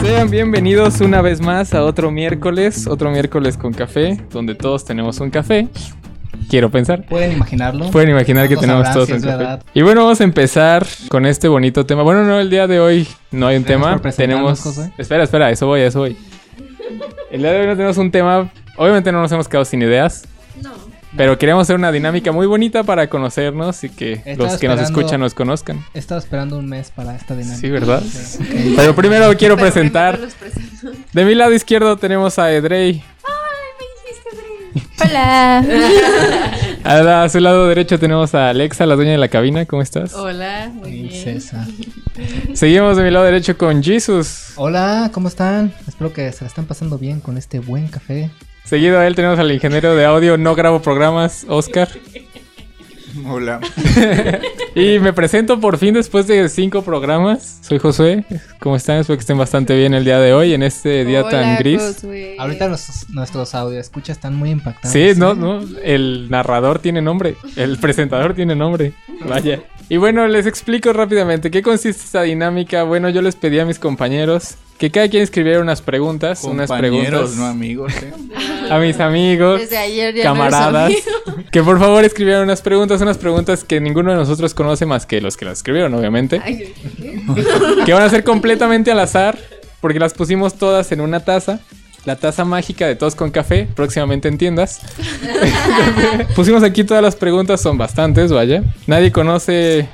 Sean bienvenidos una vez más a otro miércoles, otro miércoles con café, donde todos tenemos un café. Quiero pensar. ¿Pueden imaginarlo? Pueden imaginar que No tenemos sabrán todos si un es café. verdad. Y bueno, vamos a empezar con este bonito tema. Bueno, no, el día de hoy no hay un Gracias tema. por presentarnos, Tenemos. José. Espera, espera, a eso voy, a eso voy. El día de hoy no tenemos un tema. Obviamente no nos hemos quedado sin ideas. No. Pero queremos hacer una dinámica muy bonita para conocernos y que Estaba los que nos esperando- escuchan nos conozcan. He estado esperando un mes para esta dinámica. Sí, ¿verdad? Sí. Pero primero quiero Pero presentar. primero los presento. De mi lado izquierdo tenemos a Edrey. A, la- a su lado derecho tenemos a Alexa, la dueña de la cabina. ¿Cómo estás? Hola, muy bien. Princesa. Seguimos de mi lado derecho con Jesus. Hola, ¿cómo están? Espero que se la están pasando bien con este buen café. Seguido a él tenemos al ingeniero de audio, no grabo programas, Oscar. Hola. Y me presento por fin después de cinco programas. Soy Josué. ¿Cómo están? Espero que estén bastante bien el día de hoy, en este día tan Hola, gris. Josué. Ahorita nuestros, nuestros audio escuchas están muy impactantes. Sí, Ah, ¿eh? no, no. El narrador tiene nombre. El presentador tiene nombre. Vaya. Y bueno, les explico rápidamente qué consiste esta dinámica. Bueno, yo les pedí a mis compañeros que cada quien escribiera unas preguntas. Unas preguntas Compañeros, no amigos. ¿eh? a mis amigos. Desde ayer ya camaradas, No eres amigo. que por favor escribieran unas preguntas, unas preguntas que ninguno de nosotros conoce más que los que las escribieron, obviamente, Ay, ¿qué? que van a ser completamente al azar, porque las pusimos todas en una taza, la taza mágica de todos con café, próximamente en tiendas. Entonces, pusimos aquí todas las preguntas, son bastantes, vaya. Nadie conoce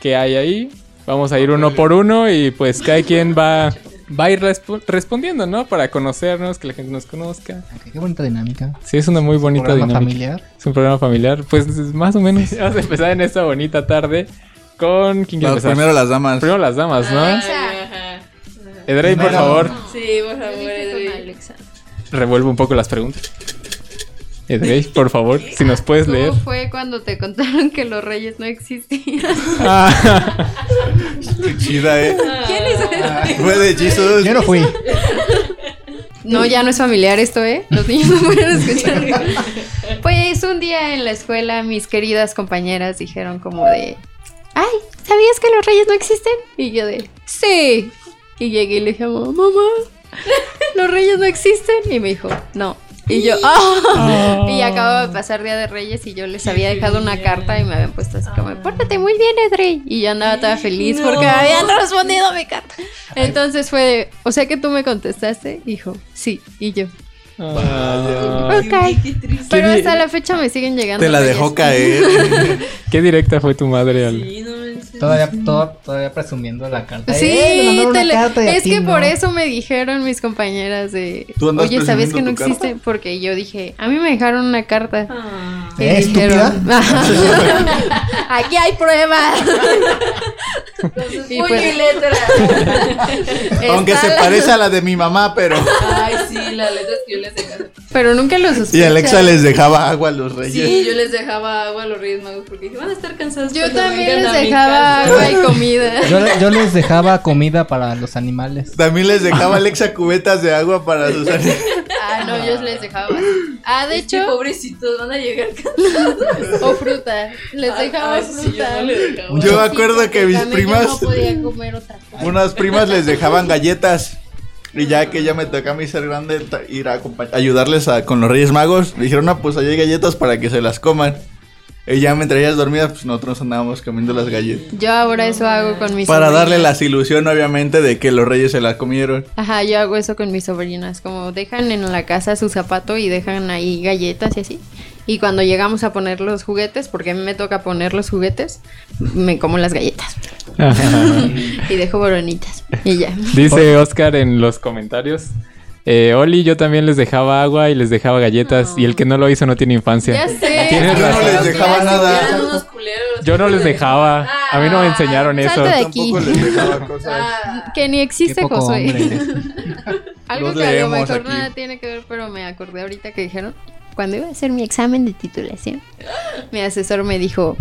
qué hay ahí. Vamos a ir uno por uno y pues cada quien va, va a ir respo- respondiendo, ¿no? Para conocernos, que la gente nos conozca. Ok, qué bonita dinámica. Sí, es una muy bonita Programa dinámica. familiar. Es un programa familiar. Pues es más o menos. Vamos a empezar en esta bonita tarde con. ¿Quién quiere No, empezar? primero las damas. Primero las damas, Ay, Ah. ¿no? ajá. Edrey, por Primero. favor, Sí, por Yo favor, dije Edwin. con Alexa. revuelve un poco las preguntas. Edrey, por favor, si nos puedes ¿Cómo leer. fue cuando te contaron que los reyes no existían? Ah, Qué chida, ¿eh? ¿Quién es Ah. Edwin? Fue de Jesus. Yo no fui. No, ya no es familiar esto, ¿eh? Los niños no pueden escucharlo. Pues un día en la escuela mis queridas compañeras dijeron como de, ay, ¿sabías que los reyes no existen? Y yo de, sí. Y llegué y le dije, a mamá, mamá, los reyes no existen. Y me dijo, no. Y yo, "Ah". Oh. Y acababa de pasar Día de Reyes y yo les había dejado una carta y me habían puesto así como, Ah. pórtate muy bien, Edrey. Y yo andaba toda feliz No. porque me habían respondido a mi carta. Entonces fue, de, o sea que tú me contestaste, dijo, sí. Y yo, ah, ok. Pero hasta la fecha me siguen llegando. Te la reyes. dejó caer. qué directa fue tu madre al. Sí, no manches. Todavía, to- todavía presumiendo la carta. Sí, Eh, me mandaron te una le- carta y a es ti que no. por eso me dijeron mis compañeras de, ¿Tú andas oye, ¿sabes que no presumiendo tu existe? Porque yo dije, a mí me dejaron una carta. Ah. Y ¿Eh, estúpida? dijeron, Aquí hay pruebas. Y Puño pues, y letra. Aunque está se la- parece a la de mi mamá, pero. Ay, sí, las letras que yo les dejaba. Pero nunca lo sospechas. Y Alexa les dejaba agua a los Sí, reyes. yo les dejaba agua a los Reyes Magos porque dije, van a estar cansados. Yo cuando también vengan les a mi dejaba casa. agua y comida. Yo, le- yo les dejaba comida para los animales. También les dejaba Alexa cubetas de agua para sus animales. Ah, no, yo les dejaba. Ah, de Es que hecho, pobrecitos, van a llegar cansados. o fruta. Les dejaba Ay, sí, yo fruta. no les dejaba. Yo me acuerdo que mis También yo primas, no podía comer otra cosa. unas primas les dejaban galletas. Y ya que ya me toca a mí ser grande ta- ir a acompañ- ayudarles a- con los Reyes Magos, me dijeron, no, pues ahí hay galletas para que se las coman. Y ya mientras ellas dormidas, pues nosotros andábamos comiendo las galletas. Yo ahora eso hago con mis Para sobrinas. darle la ilusión, obviamente, de que los reyes se la comieron. Ajá, yo hago eso con mis sobrinas, como dejan en la casa su zapato y dejan ahí galletas y así. Y cuando llegamos a poner los juguetes, porque a mí me toca poner los juguetes, me como las galletas Ah. y dejo boronitas y ya. Dice Oscar en los comentarios. eh, Oli, yo también les dejaba agua y les dejaba galletas. Y el que no lo hizo no tiene infancia. Ya sé. Tienes Yo no razón. les dejaba Eran nada. unos culeros. Yo no les dejaba. A mí no me enseñaron Salte eso. Ah, de aquí. Ah. Tampoco les dejaba cosas. Que ni Qué existe poco Josué. hombre eres. Algo Los que a lo leemos mejor aquí. nada tiene que ver, pero me acordé ahorita que dijeron, cuando iba a hacer mi examen de titulación, mi asesor me dijo,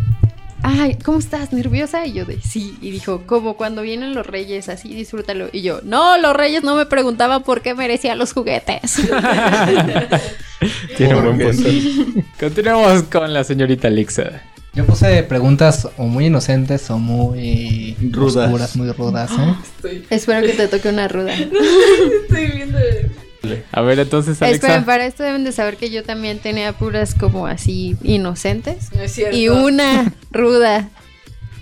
ay, ¿cómo estás? ¿Nerviosa? Y yo de sí. Y dijo, como cuando vienen los reyes, así disfrútalo. Y yo, no, los reyes no me preguntaban por qué merecía los juguetes. Tiene un buen Porque punto. Continuamos con la señorita Alexa. Yo puse preguntas o muy inocentes o muy Rudas. oscuras, muy rudas, ¿eh? Estoy, Espero que te toque una ruda. estoy viendo. A ver, entonces, Esperen, Alexa. para esto deben de saber que yo también tenía puras como así inocentes. No es cierto. Y una ruda.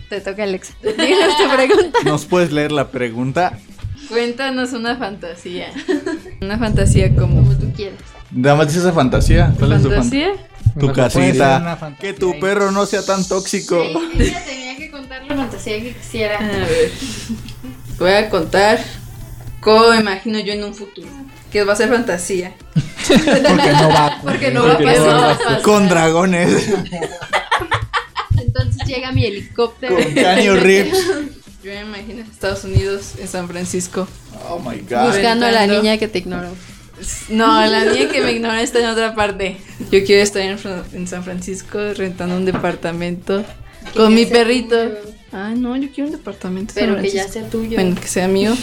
Te toca Alexa. Díganos tu pregunta. ¿Nos puedes leer la pregunta? Cuéntanos una fantasía. Una fantasía como. Tú quieres. Nada más dice esa fantasía. ¿Cuál es tu fantasía? ¿Fantasía? Tu Una fantasía, una casita. fantasía Que tu ahí. perro no sea tan tóxico. ella tenía que contar la fantasía que A quisiera. ver. Voy a contar cómo me imagino yo en un futuro. Que va a ser fantasía. Porque no va. Porque no va a Porque no va a pasar. Con dragones. Entonces llega mi helicóptero. Con Canyon Reeves. Yo me imagino en Estados Unidos, en San Francisco. Oh my god. Buscando a la Aventando. niña que te ignoró. No, la niña que me ignora está en otra parte. Yo quiero estar en, Fra- en San Francisco rentando un departamento con mi sea perrito. tuyo. Ay, no, yo quiero un departamento. en San Pero que ya Francisco. sea tuyo. Bueno, que sea mío.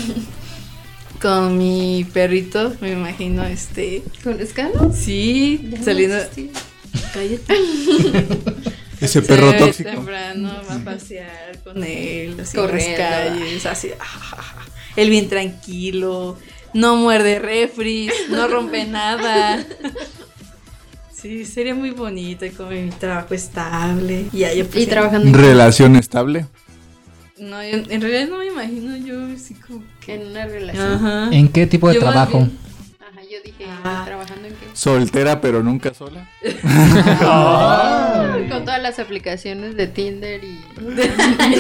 Con mi perrito, me imagino, este. ¿Con escándalo? Sí, Ya no saliendo. existía. Cállate. Ese perro Se ve tóxico. Temprano va a pasear con él, así en Corriendo. las calles, así. ah, Él bien tranquilo, no muerde refris, no rompe nada. Sí, sería muy bonito y con mi trabajo estable. Y, ya yo Y prefiero- trabajando en- Relación estable. No, yo- en realidad no me imagino yo así como que. en una relación. Ajá. ¿En qué tipo de Yo más trabajo? bien- Ajá, yo dije, Ah. ¿trabajando en qué? Soltera pero nunca sola. Ah, Con todas las aplicaciones de Tinder y.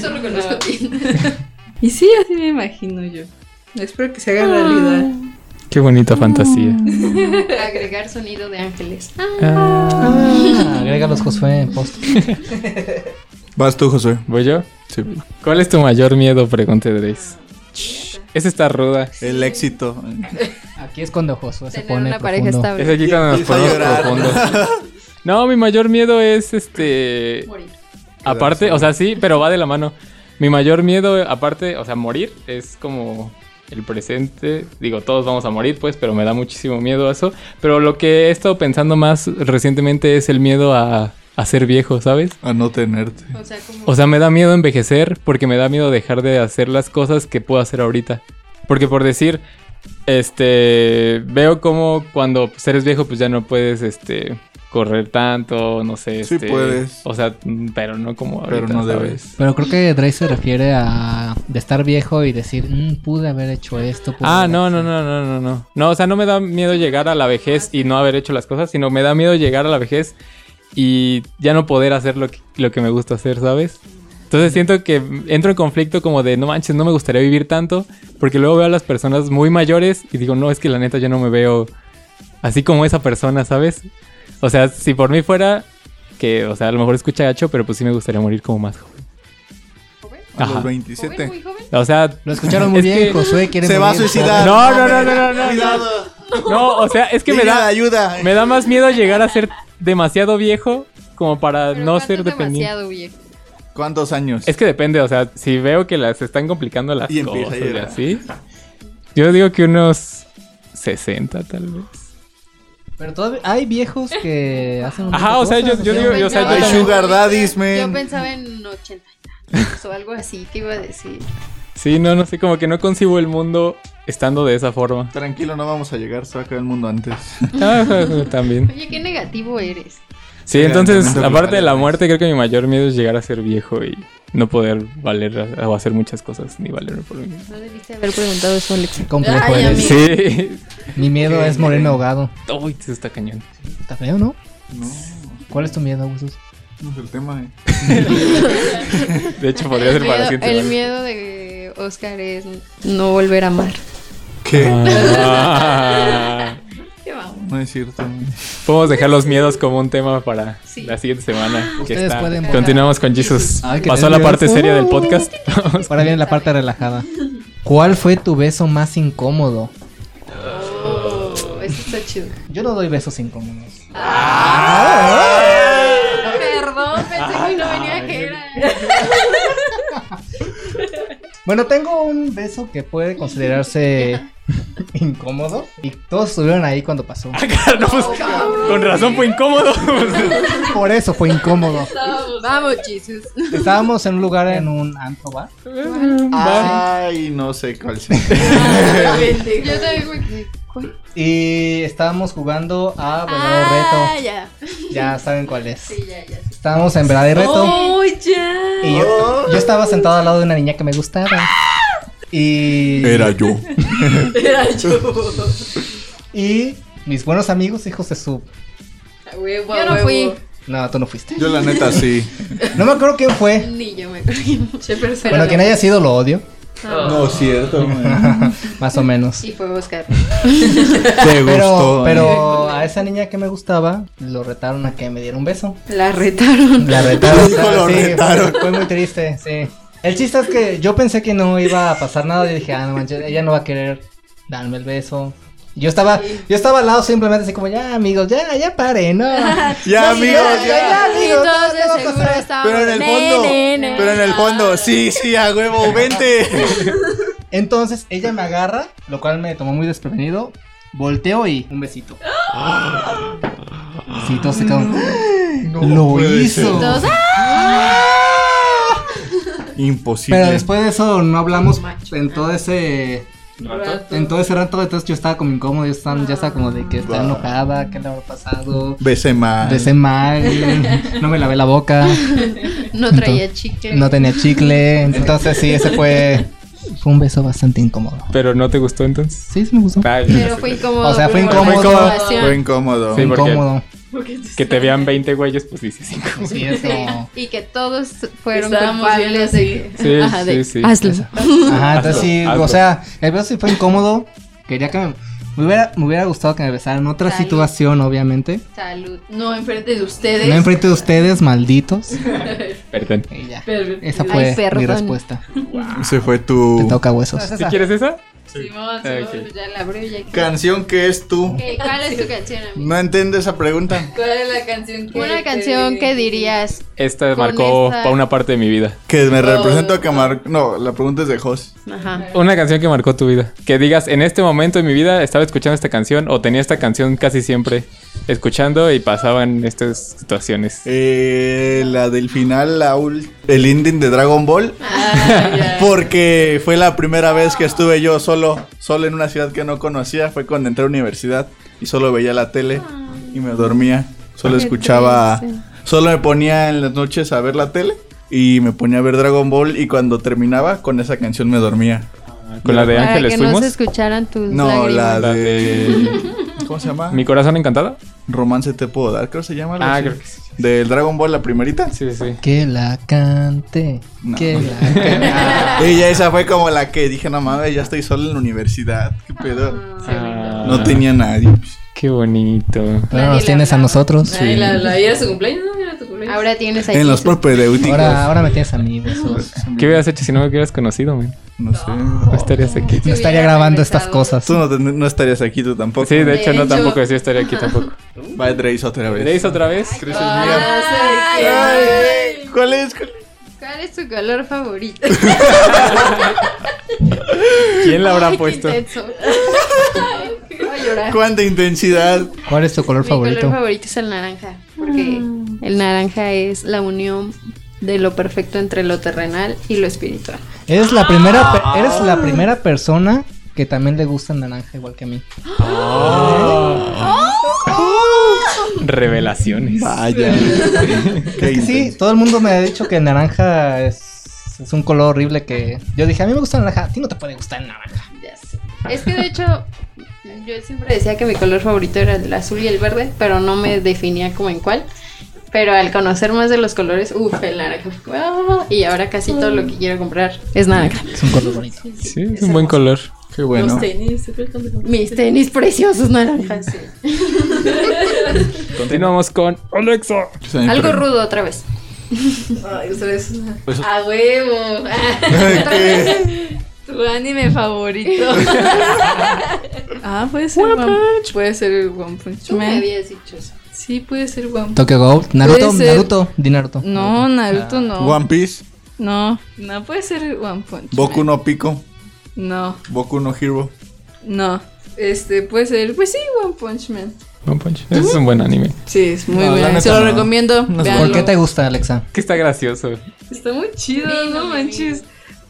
Solo conozco Tinder. Y sí, así me imagino yo. Espero que se haga Ah. realidad. Qué Mm. bonita fantasía. Agregar sonido de ángeles. Ah, Ah, agrégalos, Josué, en post. Vas tú, Josué. ¿Voy yo? Sí. ¿Cuál es tu mayor miedo? Pregunté Grace. Esa está ruda. El éxito. Aquí es cuando Josué se Tener pone una pareja profundo. Es estable. aquí cuando nos Empieza a ponemos llorar. profundos. No, mi mayor miedo es este. Morir. Aparte, o sea, sí, pero va de la mano. Mi mayor miedo, aparte, o sea, morir es como el presente. Digo, todos vamos a morir, pues, pero me da muchísimo miedo eso. Pero lo que he estado pensando más recientemente es el miedo a, a ser viejo, ¿sabes? A no tenerte. O sea, como. O sea, me da miedo envejecer porque me da miedo dejar de hacer las cosas que puedo hacer ahorita. Porque por decir, este, veo como cuando pues, eres viejo pues ya no puedes, este, correr tanto, no sé. Sí este, puedes. O sea, mm, pero no como ahorita, Pero no ¿sabes? debes. Pero creo que Drake se refiere a de estar viejo y decir, "Mm, pude haber hecho esto. pude Ah, haber no, hecho no, no, no, no, no. No, o sea, no me da miedo llegar a la vejez y no haber hecho las cosas, sino me da miedo llegar a la vejez y ya no poder hacer lo que, lo que me gusta hacer, ¿sabes? Entonces siento que entro en conflicto como de, no manches, no me gustaría vivir tanto, porque luego veo a las personas muy mayores y digo, no, es que la neta yo no me veo así como esa persona, ¿sabes? O sea, si por mí fuera, que, o sea, a lo mejor escucha gacho, pero pues sí me gustaría morir como más joven. ¿Joven? A los Ajá. ¿Joven? 27. ¿Muy joven? O sea... Lo escucharon muy es bien, que- Josué quiere Se va a morir, suicidar. No, no, no, no, no, no. Cuidado. No, o sea, es que me Niña da... de ayuda. Me da más miedo llegar a ser demasiado viejo como para Pero no ¿cuánto ser es dependiente. demasiado viejo. ¿Cuántos años? Es que depende, o sea, si veo que las están complicando las Y empieza cosas a y llorar. así. Yo digo que unos 60 tal vez. Pero todavía hay viejos que hacen un Ajá, montón de o sea, yo- cosas, yo digo- yo- o sea, pensaba- yo también- Hay sugar daddies, man. Pues Yo pensaba en 80 años o algo así, te iba a decir. Sí, no, no sé, como que no concibo el mundo estando de esa forma. Tranquilo, no vamos a llegar. Se va a acabar el mundo antes. Ah, También. Oye, qué negativo eres. Sí, entonces, Realmente aparte de la vale, muerte, creo que mi mayor miedo es llegar a ser viejo y no poder valer o hacer muchas cosas ni valer por mí. mismo. No debiste haber preguntado eso, Alexa. Qué complejo Ay, eres. amigo. Sí. Mi miedo es morirme ahogado. Uy, eso está cañón. ¿Está feo, no? No, ¿Cuál es tu miedo, Jesús? no es el tema. eh. De hecho, podría ser el, para la miedo, siguiente. el vez. miedo de Oscar es no volver a amar. ¿Qué? Ah. ¿Qué vamos? No es cierto. Podemos dejar los miedos como un tema para Sí. la siguiente semana. que Ustedes está. pueden votar. Continuamos con Jesus. Ay, qué Pasó la parte nervios. seria del podcast. Ahora viene la parte relajada. ¿Cuál fue tu beso más incómodo? Oh, eso está chido. Yo no doy besos incómodos. Perdón, pensé que no venía que era. Bueno, tengo un beso que puede considerarse incómodo. Y todos estuvieron ahí cuando pasó. Ah, claro, no, pues, con razón fue incómodo. Por eso fue incómodo. Vamos, Jesus. Estábamos en un lugar en un antro bar. Va. Ay, no sé cuál sea. Yo también me quedé. "¿Cuál?". Y estábamos jugando a verdadero Ah, reto. ya. Ya saben cuál es. Sí, ya, ya. Estábamos en verdadero reto. ¡Oh, ya! Y yo, yo estaba sentado al lado de una niña que me gustaba. Y, Era yo. Era yo. y mis buenos amigos, hijos de su. Huevo, Yo no fui. No, tú no fuiste. Yo la neta sí. No me acuerdo quién fue. Ni yo me acuerdo. Bueno, quien haya sido lo odio. No, eh. cierto, Más o menos. Sí, fue Oscar. Pero, Te gustó. ¿eh? pero a esa niña que me gustaba, lo retaron a que me diera un beso. La retaron. La retaron. Dijo, lo sí, fue- retaron. Fue, muy triste, sí. El chiste es que yo pensé que no iba a pasar nada. Yo dije, ah, no manches, ella no va a querer darme el beso. Yo estaba, yo estaba al lado simplemente así como, ya amigos, ya, ya pare, no. Ya, Sí, amigos, ya, ya. ya, amigos, todos no, no, de seguro cosa- estábamos. Pero en el "Ne, fondo, ne, ne". pero en el fondo, sí, sí, a huevo, vente. Entonces ella me agarra, lo cual me tomó muy desprevenido. Volteo y un besito. Sí, todos se quedaron. lo puede hizo. ser. Todos, "Ah". Imposible. Pero después de eso no hablamos en todo ese. En todo ese rato, entonces yo estaba como incómodo, yo estaba, ya estaba como de que está Bah. enojada, que le habrá pasado, Besé mal. besé mal, no me lavé la boca, No traía chicle. no tenía chicle, entonces sí, ese fue, fue un beso bastante incómodo. Pero no te gustó entonces. Sí, sí me gustó. Ay, Pero fue incómodo. O sea, fue por incómodo. la Fue situación. Fue incómodo. Sí, porque- incómodo. Que te vean 20 güeyes, pues dices Sí, es como- Y que todos fueron Estábamos culpables de viendo que. Sí, Ajá, de, sí, sí. Hazlo. Ajá, entonces sí, hazlo. o sea, el beso sí fue incómodo. Quería que me, me hubiera, me hubiera gustado que me besaran en otra Salud. situación, obviamente. Salud. No, enfrente de ustedes. No enfrente de ustedes, malditos. Perdón. Y ya. Pero- Esa Ay, fue mi perdón. respuesta. Se fue Te tu toca huesos. ¿Si quieres esa? Simón, Ah, Simón. ok. Ya la abrió ya. que- canción que es tú. Ok, ¿Cuál es tu canción, amigo? No entiendo esa pregunta. ¿Cuál es la canción que Una te- canción que dirías. Esta Con marcó esta- pa' una parte de mi vida. Que me represento a Camar. No, la pregunta es de Jos. Ajá. Una canción que marcó tu vida. Que digas, en este momento de mi vida estaba escuchando esta canción o tenía esta canción casi siempre escuchando y pasaban estas situaciones. Eh, la del final, la ul- el ending de Dragon Ball. Ah, ya. Porque fue la primera vez que estuve yo solo, solo en una ciudad que no conocía. Fue cuando entré a la universidad y solo veía la tele y me dormía. Solo Qué escuchaba, triste. solo me ponía en las noches a ver la tele y me ponía a ver Dragon Ball y cuando terminaba con esa canción me dormía. Con la de Para Ángeles Ah, que no fuimos. se escucharan tus No, lágrimas. la La de... ¿Cómo se llama? ¿Mi corazón encantado? Romance te puedo dar, creo que se llama. algo Ah, así. creo que sí. Del Dragon Ball, la primerita. Sí, sí, sí. Que la cante. No. Que la cante. Ah. Y ya esa fue como la que dije, no mames, ya estoy solo en la universidad. ¿Qué pedo? Ah, No tenía nadie. pues, Qué bonito. Ahora Nadie nos le tienes a hablaba. nosotros. Ay, la, la, ¿y era su cumpleaños? No, era tu cumpleaños. Ahora tienes ahí. En los propedéuticos. Pues, Ahora, ahora me tienes a mí, huesos. ¿Qué hubieras hecho si no me hubieras conocido, man? No sé. No este. estarías aquí. No estaría grabando estas cosas. Tú no, te- no estarías aquí, tú tampoco. Sí, de hecho, no hecho. tampoco, sí estaría aquí tampoco. Va Dreis otra vez. ¿Leís otra vez? Ah, sé que- Ay, ¿Cuál es? ¿Cuál es? ¿Cuál es tu color favorito? ¿Quién la habrá Ay, qué puesto? intenso. Voy a llorar. ¿Cuánta intensidad? ¿Cuál es tu color Mi favorito? color favorito es el naranja, porque el naranja es la unión de lo perfecto entre lo terrenal y lo espiritual. Eres la primera, pe- eres la primera persona que también le gusta el naranja igual que a mí. Revelaciones. Vaya. Qué Es que sí, intenso. todo el mundo me ha dicho que el naranja es, es un color horrible que yo dije, a mí me gusta el naranja, a ti no te puede gustar el naranja. Ya sé. Es que de hecho yo siempre decía que mi color favorito era el azul y el verde, pero no me definía como en cuál. Pero al conocer más de los colores, uff, el naranja. fue como, "Ah", Y ahora casi todo lo que quiero comprar es naranja. Es un color bonito. Sí, es un buen color. Qué bueno. Los tenis, ¿te acuerdas cuando compré? Mis tenis preciosos naranjas. Continuamos con Alexa. Se me Algo perdió. rudo otra vez. Pues, Ay, otra vez una- Eso- A huevo. ¿Qué? Tu anime favorito. ah, puede ser One, Puede ser One Punch Tú me Man. habías dicho eso. Sí, puede ser One Punch Tokyo Ghoul, Naruto, Puede ser. Naruto, di Naruto. No, Ah. Naruto no. One Piece, No, no puede ser One Punch. Boku Man. no Pico, No. Boku no Hero. No. Este, puede ser, pues sí, One Punch Man. No, Punch. Es un buen anime. Sí, es muy No, la bueno. neta Se lo no. recomiendo. No sé ¿Por véanlo. qué te gusta, Alexa? Que está gracioso. Está muy chido, Sí, no sí, manches.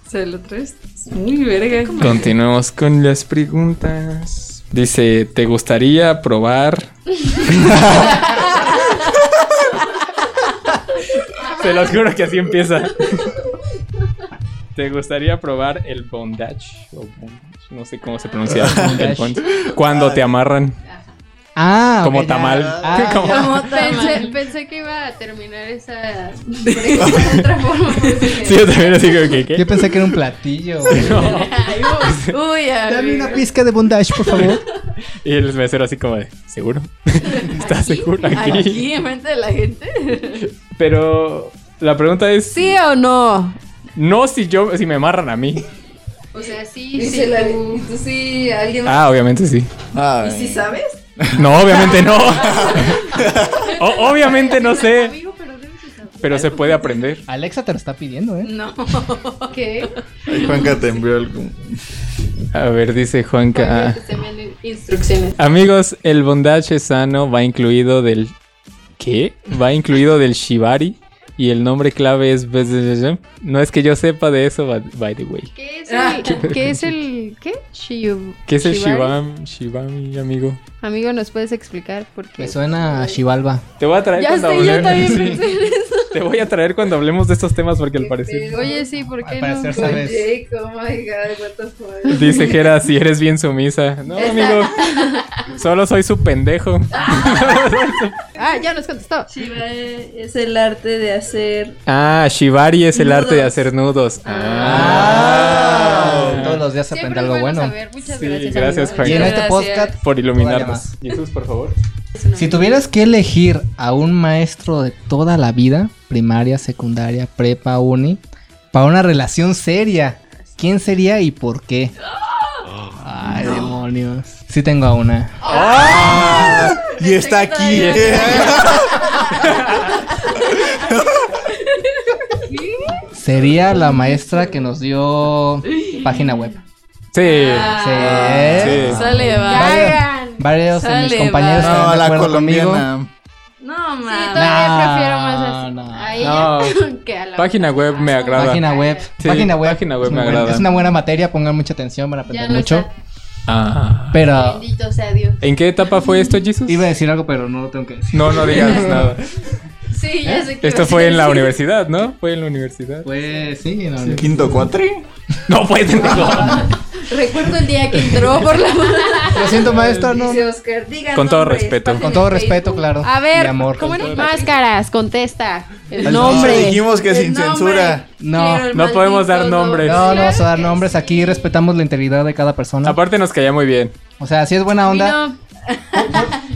O sea, el otro es muy verga. Continuemos con las preguntas. Dice, ¿te gustaría probar? Se los juro que así empieza. ¿Te gustaría probar el bondage? O bondage, No sé cómo se pronuncia. el bondage. Cuando te amarran Ah, como ok, ya. tamal. Ah, Como- ya. Como Pensé, tamal. pensé que iba a terminar esa pregunta de otra forma. porque- Sí, yo también así como que... Yo ¿qué? pensé que era un platillo. Ay, uy, uy, a Dame ver. una pizca de bondage, por favor. Y el mesero así como de, ¿seguro? ¿Estás seguro aquí? Aquí, enfrente de la gente. Pero la pregunta es, ¿Sí o no? no si yo, si me amarran a mí. O sea, sí, sí. Dice la. tú- Tú sí, alguien. Ah, obviamente sí. ¿Y si sabes? No, obviamente no. O- obviamente no sé, Amigo, pero debes de saber. pero se puede aprender. Alexa te lo está pidiendo, ¿eh? No. ¿Qué? Ay, Juanca te envió el... A ver, dice Para Juanca. que te envíen instrucciones. Amigos, el bondaje sano va incluido del ¿qué? Va incluido del shibari y el nombre clave es No es que yo sepa de eso, but- by the way. ¿Qué es Ah. el qué? Es el, ¿qué? Shiu- ¿Qué es el shibari? shibam, shibami, amigo? Amigo, ¿nos puedes explicar por qué? Me suena a Shivalba. Te voy a traer Ya cuando sé, yo hablemos- también sí. pensé en eso. Te voy a traer cuando hablemos de estos temas porque al parecer Oye, sí, ¿por qué Al no? parecer sabes. Jake, oh my god, what the fuck. dice Jera, si eres bien sumisa. No, amigo. Solo soy su pendejo. Ah, ya nos contestó. Shiva es el arte de hacer. Ah, Shibari es el Nudos. arte de hacer nudos. Ah. Ah, Todos los días se aprende Siempre algo es bueno bueno. saber. Muchas Sí, gracias. gracias, amigo. Y en Juanca. este Gracias. podcast, Por iluminarnos. Vale, Jesús, por favor. si tuvieras que elegir a un maestro de toda la vida, primaria, secundaria, prepa, uni, para una relación seria, ¿quién sería y por qué? Ay, demonios. Sí tengo a una. Ah, Y está aquí. Sería la maestra que nos dio página web. Sí. sí. Sí. Ah. Sale, va. Hagan. Varios de mis Sale, compañeros va. están No, de la acuerdo conmigo. colombiana. No, Sí, mames. todavía No, prefiero más a, no. a ella que a la Página web me agrada. Página web. Sí, página web. página web es, muy me buena- agrada. es una buena materia, pongan mucha atención para Ya aprender no mucho. está. Ah. Pero Bendito sea Dios. ¿En qué etapa fue esto, Jesús? iba a decir algo, pero no lo tengo que decir. No, no digas nada. Sí, ya sé que. Esto fue en la universidad, ¿no? Fue en la universidad. Pues sí, no, no. Quinto cuatri. No fue pendejo. Recuerdo el día que entró por la. Lo siento, maestra, no. Dice Oscar, diga Con todo nombres, respeto. página Con todo en respeto, Facebook. claro. A ver, y amor. ¿cómo Con eran? todo respeto. Máscaras, contesta. El Al nombre. Entonces dijimos que El sin nombre. censura. No. Quiero el No podemos maldito dar nombres. No, no Claro vamos a dar que nombres. sí. Aquí respetamos la integridad de cada persona. Aparte nos caía muy bien. O sea, sí es buena onda. No,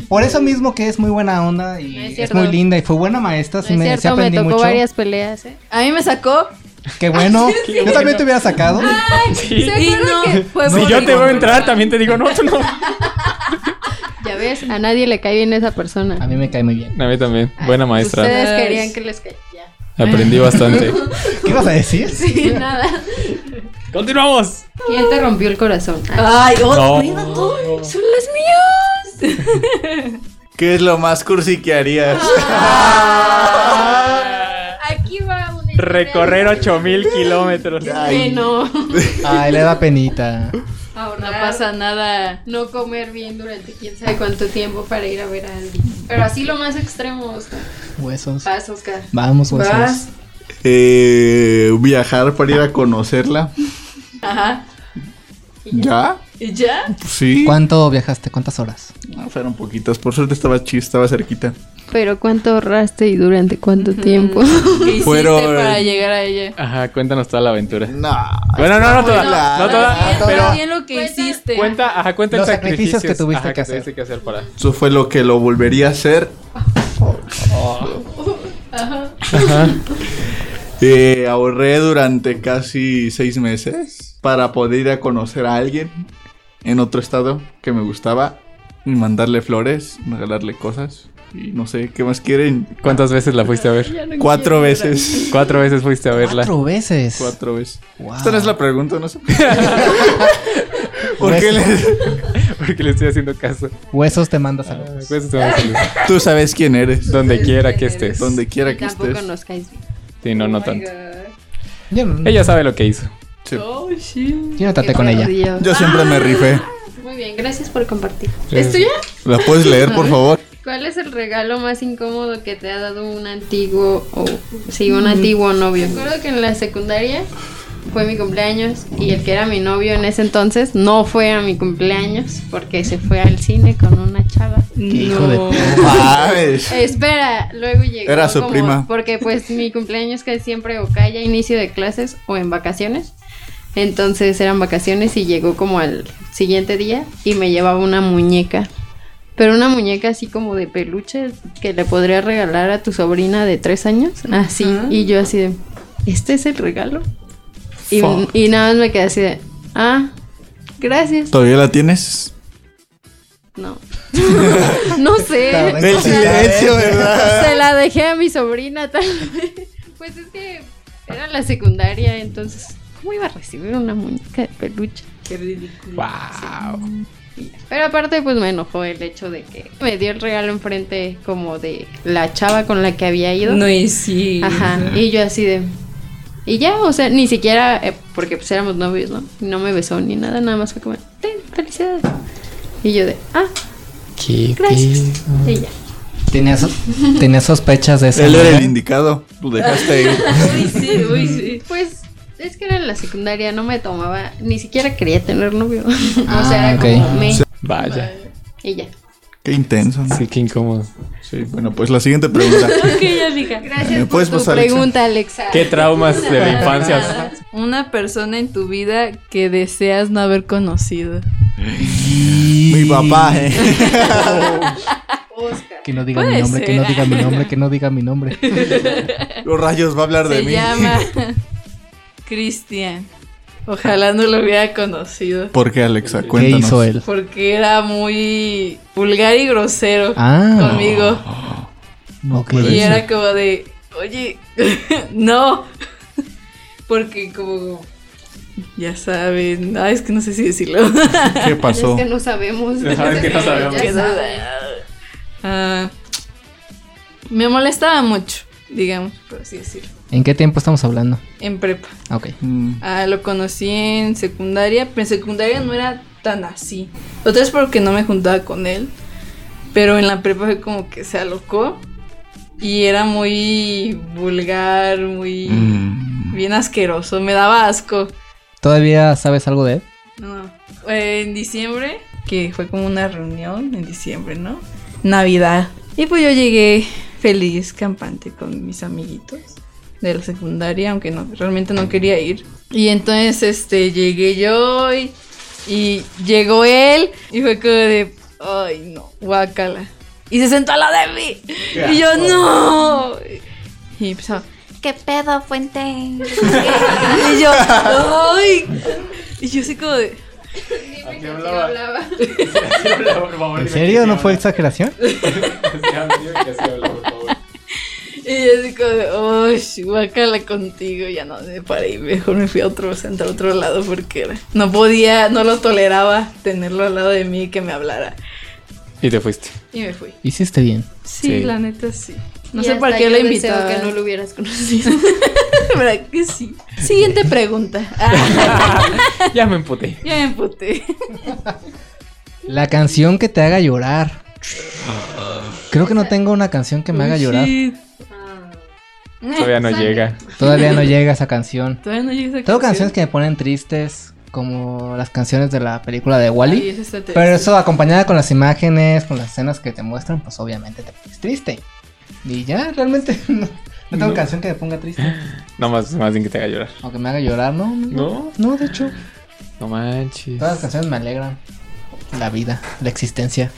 Por eso mismo que es muy buena onda y No es es, cierto. muy linda y fue buena maestra. no Sí, es me, sí cierto, me aprendí tocó mucho. varias peleas, ¿eh? A mí me sacó. Qué bueno. Yo bueno. también te hubiera sacado. Sí. ¿Se acuerdan no. que fue Si por- yo te voy a entrar, también te digo, no, tú no. Ya ves, a nadie le cae bien esa persona. A mí me cae muy bien. A mí también. Buena maestra. Ustedes Ay. querían que les cayera. Ya. Aprendí bastante. ¿Qué ibas a decir? Sí, nada. Continuamos. ¿Quién te rompió el corazón? Ah, Ay, No. oh, mira todo. Son las mías. ¿Qué es lo más cursi que harías? Aquí va un Ah. Recorrer 8000 kilómetros. Que no. Ay, le da penita. Ahorrar, No pasa nada. No comer bien durante quién sabe cuánto tiempo para ir a ver a alguien. Pero así lo más extremo, Oscar. Huesos. Vas, Oscar. Vamos, huesos. Vas. Eh, viajar para ir a conocerla. Ajá. ¿Ya? Pues ¿Y ya? Sí. ¿Cuánto viajaste? ¿Cuántas horas? No, fueron poquitas. Por suerte estaba chis, estaba cerquita. Pero ¿cuánto ahorraste y durante cuánto tiempo? ¿Qué hiciste Fueron- para llegar a ella? Ajá, cuéntanos toda la aventura. No. Bueno, no, no toda. Hola. No toda, Bien, pero Ah, bien lo que Cuenta- hiciste. cuenta, ajá, cuenta Los el sacrificios que tuviste que hacer. tuviste que hacer para. Eso fue lo que lo volvería a hacer. Eh, ahorré durante casi seis meses para poder ir a conocer a alguien en otro estado que me gustaba y mandarle flores, regalarle cosas y no sé qué más quieren. ¿Cuántas veces la fuiste a ver? Cuatro veces. Cuatro veces fuiste a verla. Cuatro veces. Cuatro veces. Wow. Esta no es la pregunta, no sé. ¿Por qué Huesos. le- Porque le estoy haciendo caso. Huesos te manda Ah, saludos. pues, te mando saludos. Tú sabes quién eres. Donde quiera que estés. Donde quiera Y que tampoco estés. nos caes bien. Sí, no, no tanto. Yo no, Ella sabe lo que hizo. Sí. Oh, shit. yo no traté Qué con ella. perdido. Yo siempre me rifé. Muy bien, gracias por compartir. Sí. ¿Es tuya? ¿La puedes leer, por favor? ¿Cuál es el regalo más incómodo que te ha dado un antiguo o sí, un antiguo novio? Recuerdo que en la secundaria fue mi cumpleaños y el que era mi novio en ese entonces no fue a mi cumpleaños porque se fue al cine con una chava. hijo de- No. Mames. Espera, luego llegó. Era su como- prima. Porque pues mi cumpleaños que siempre o cae a inicio de clases o en vacaciones. Entonces eran vacaciones y llegó como al siguiente día y me llevaba una muñeca. Pero una muñeca así como de peluche que le podría regalar a tu sobrina de tres años. Así. Ah. Y yo así de, ¿este es el regalo? Y, y nada más me quedé así de, ah, gracias. ¿Todavía la tienes? No. no sé. Claro, Del O sea, silencio, ¿verdad? se la dejé a mi sobrina tal vez. Pues es que era la secundaria, entonces, ¿cómo iba a recibir una muñeca de peluche? Qué ridículo. Wow. Y ya. Pero aparte, pues me enojó el hecho de que me dio el regalo enfrente como de la chava con la que había ido. No, y sí. Ajá, y yo así de... Y ya, o sea, ni siquiera, eh, porque pues éramos novios, ¿no? Y No me besó ni nada, nada más fue como, ten, felicidades. Y yo de, ah, Qué gracias. pedo. Y ya. Tenía, so- tenía sospechas de eso. Él era el indicado. Lo dejaste ir. Uy, sí, uy, sí. Pues es que era en la secundaria, no me tomaba, ni siquiera quería tener novio. o sea, Ah, era ok. como me. Vaya. Y ya. Qué intenso. Sí, qué incómodo. Sí, bueno, pues la siguiente pregunta. Ok, amiga. Gracias ¿Me por puedes tu pasar, Alexa? pregunta, Alexa. Qué traumas de la infancia. Una persona en tu vida que deseas no haber conocido. Mi papá, ¿eh? Oscar. Que no diga Puede mi nombre, que no ser. diga mi nombre, que no diga mi nombre. Los rayos va a hablar de Se mí. llama Cristian. Ojalá no lo hubiera conocido. ¿Por qué, Alexa? ¿Qué Cuéntanos. hizo él? Porque era muy vulgar y grosero Ah, conmigo. ok. Y era como de, oye, no. Porque como, ya saben, ay, es que no sé si decirlo. ¿Qué pasó? Es que no sabemos. Ajá, es que no sabemos. Ya sabes. Ah, me molestaba mucho, digamos, por así decirlo, ¿En qué tiempo estamos hablando? en prepa. Ah, Ok. Mm, Ah, lo conocí en secundaria, pero en secundaria no era tan así. Otra es porque no me juntaba con él, pero en la prepa fue como que se alocó y era muy vulgar, muy... mm. Bien asqueroso, me daba asco. ¿Todavía sabes algo de él? No. Eh, en diciembre, que fue como una reunión en diciembre, ¿no? Navidad. Y pues yo llegué feliz, campante con mis amiguitos de la secundaria, aunque no, realmente no quería ir. Y entonces, este, llegué yo y, y llegó él y fue como de, ay no, guácala. Y se sentó a la de mí. Y yo, no. Y empezaba, ¿Qué pedo, Fuente? y yo, ay. Y yo así como de, Así hablaba. ¿En serio? ¿No fue exageración? Y yo así como de, uy, guacala contigo, ya no me paré y mejor me fui a otro, sentar a otro lado porque era- no podía, no lo toleraba tenerlo al lado de mí y que me hablara. Y te fuiste. Y me fui. Hiciste bien. Sí, Sí. la neta sí. No Y sé por hasta qué yo lo deseo invitaba. que no lo hubieras conocido. ¿Verdad que sí? Siguiente pregunta. Ya me emputé. Ah, ya me puté. La canción que te haga llorar. Creo que no tengo una canción que me haga llorar. Todavía no llega. Todavía no llega esa canción. Todavía no llega esa Tengo canciones que me ponen tristes, como las canciones de la película de Ay, Wally. esa está triste. Pero eso acompañada con las imágenes, con las escenas que te muestran, pues obviamente te pones triste. Y ya, realmente no, no tengo canción que me ponga triste. No más, más bien que te haga llorar. O que me haga llorar, ¿no? ¿No? No, de hecho. No manches. Todas las canciones me alegran. La vida, la existencia.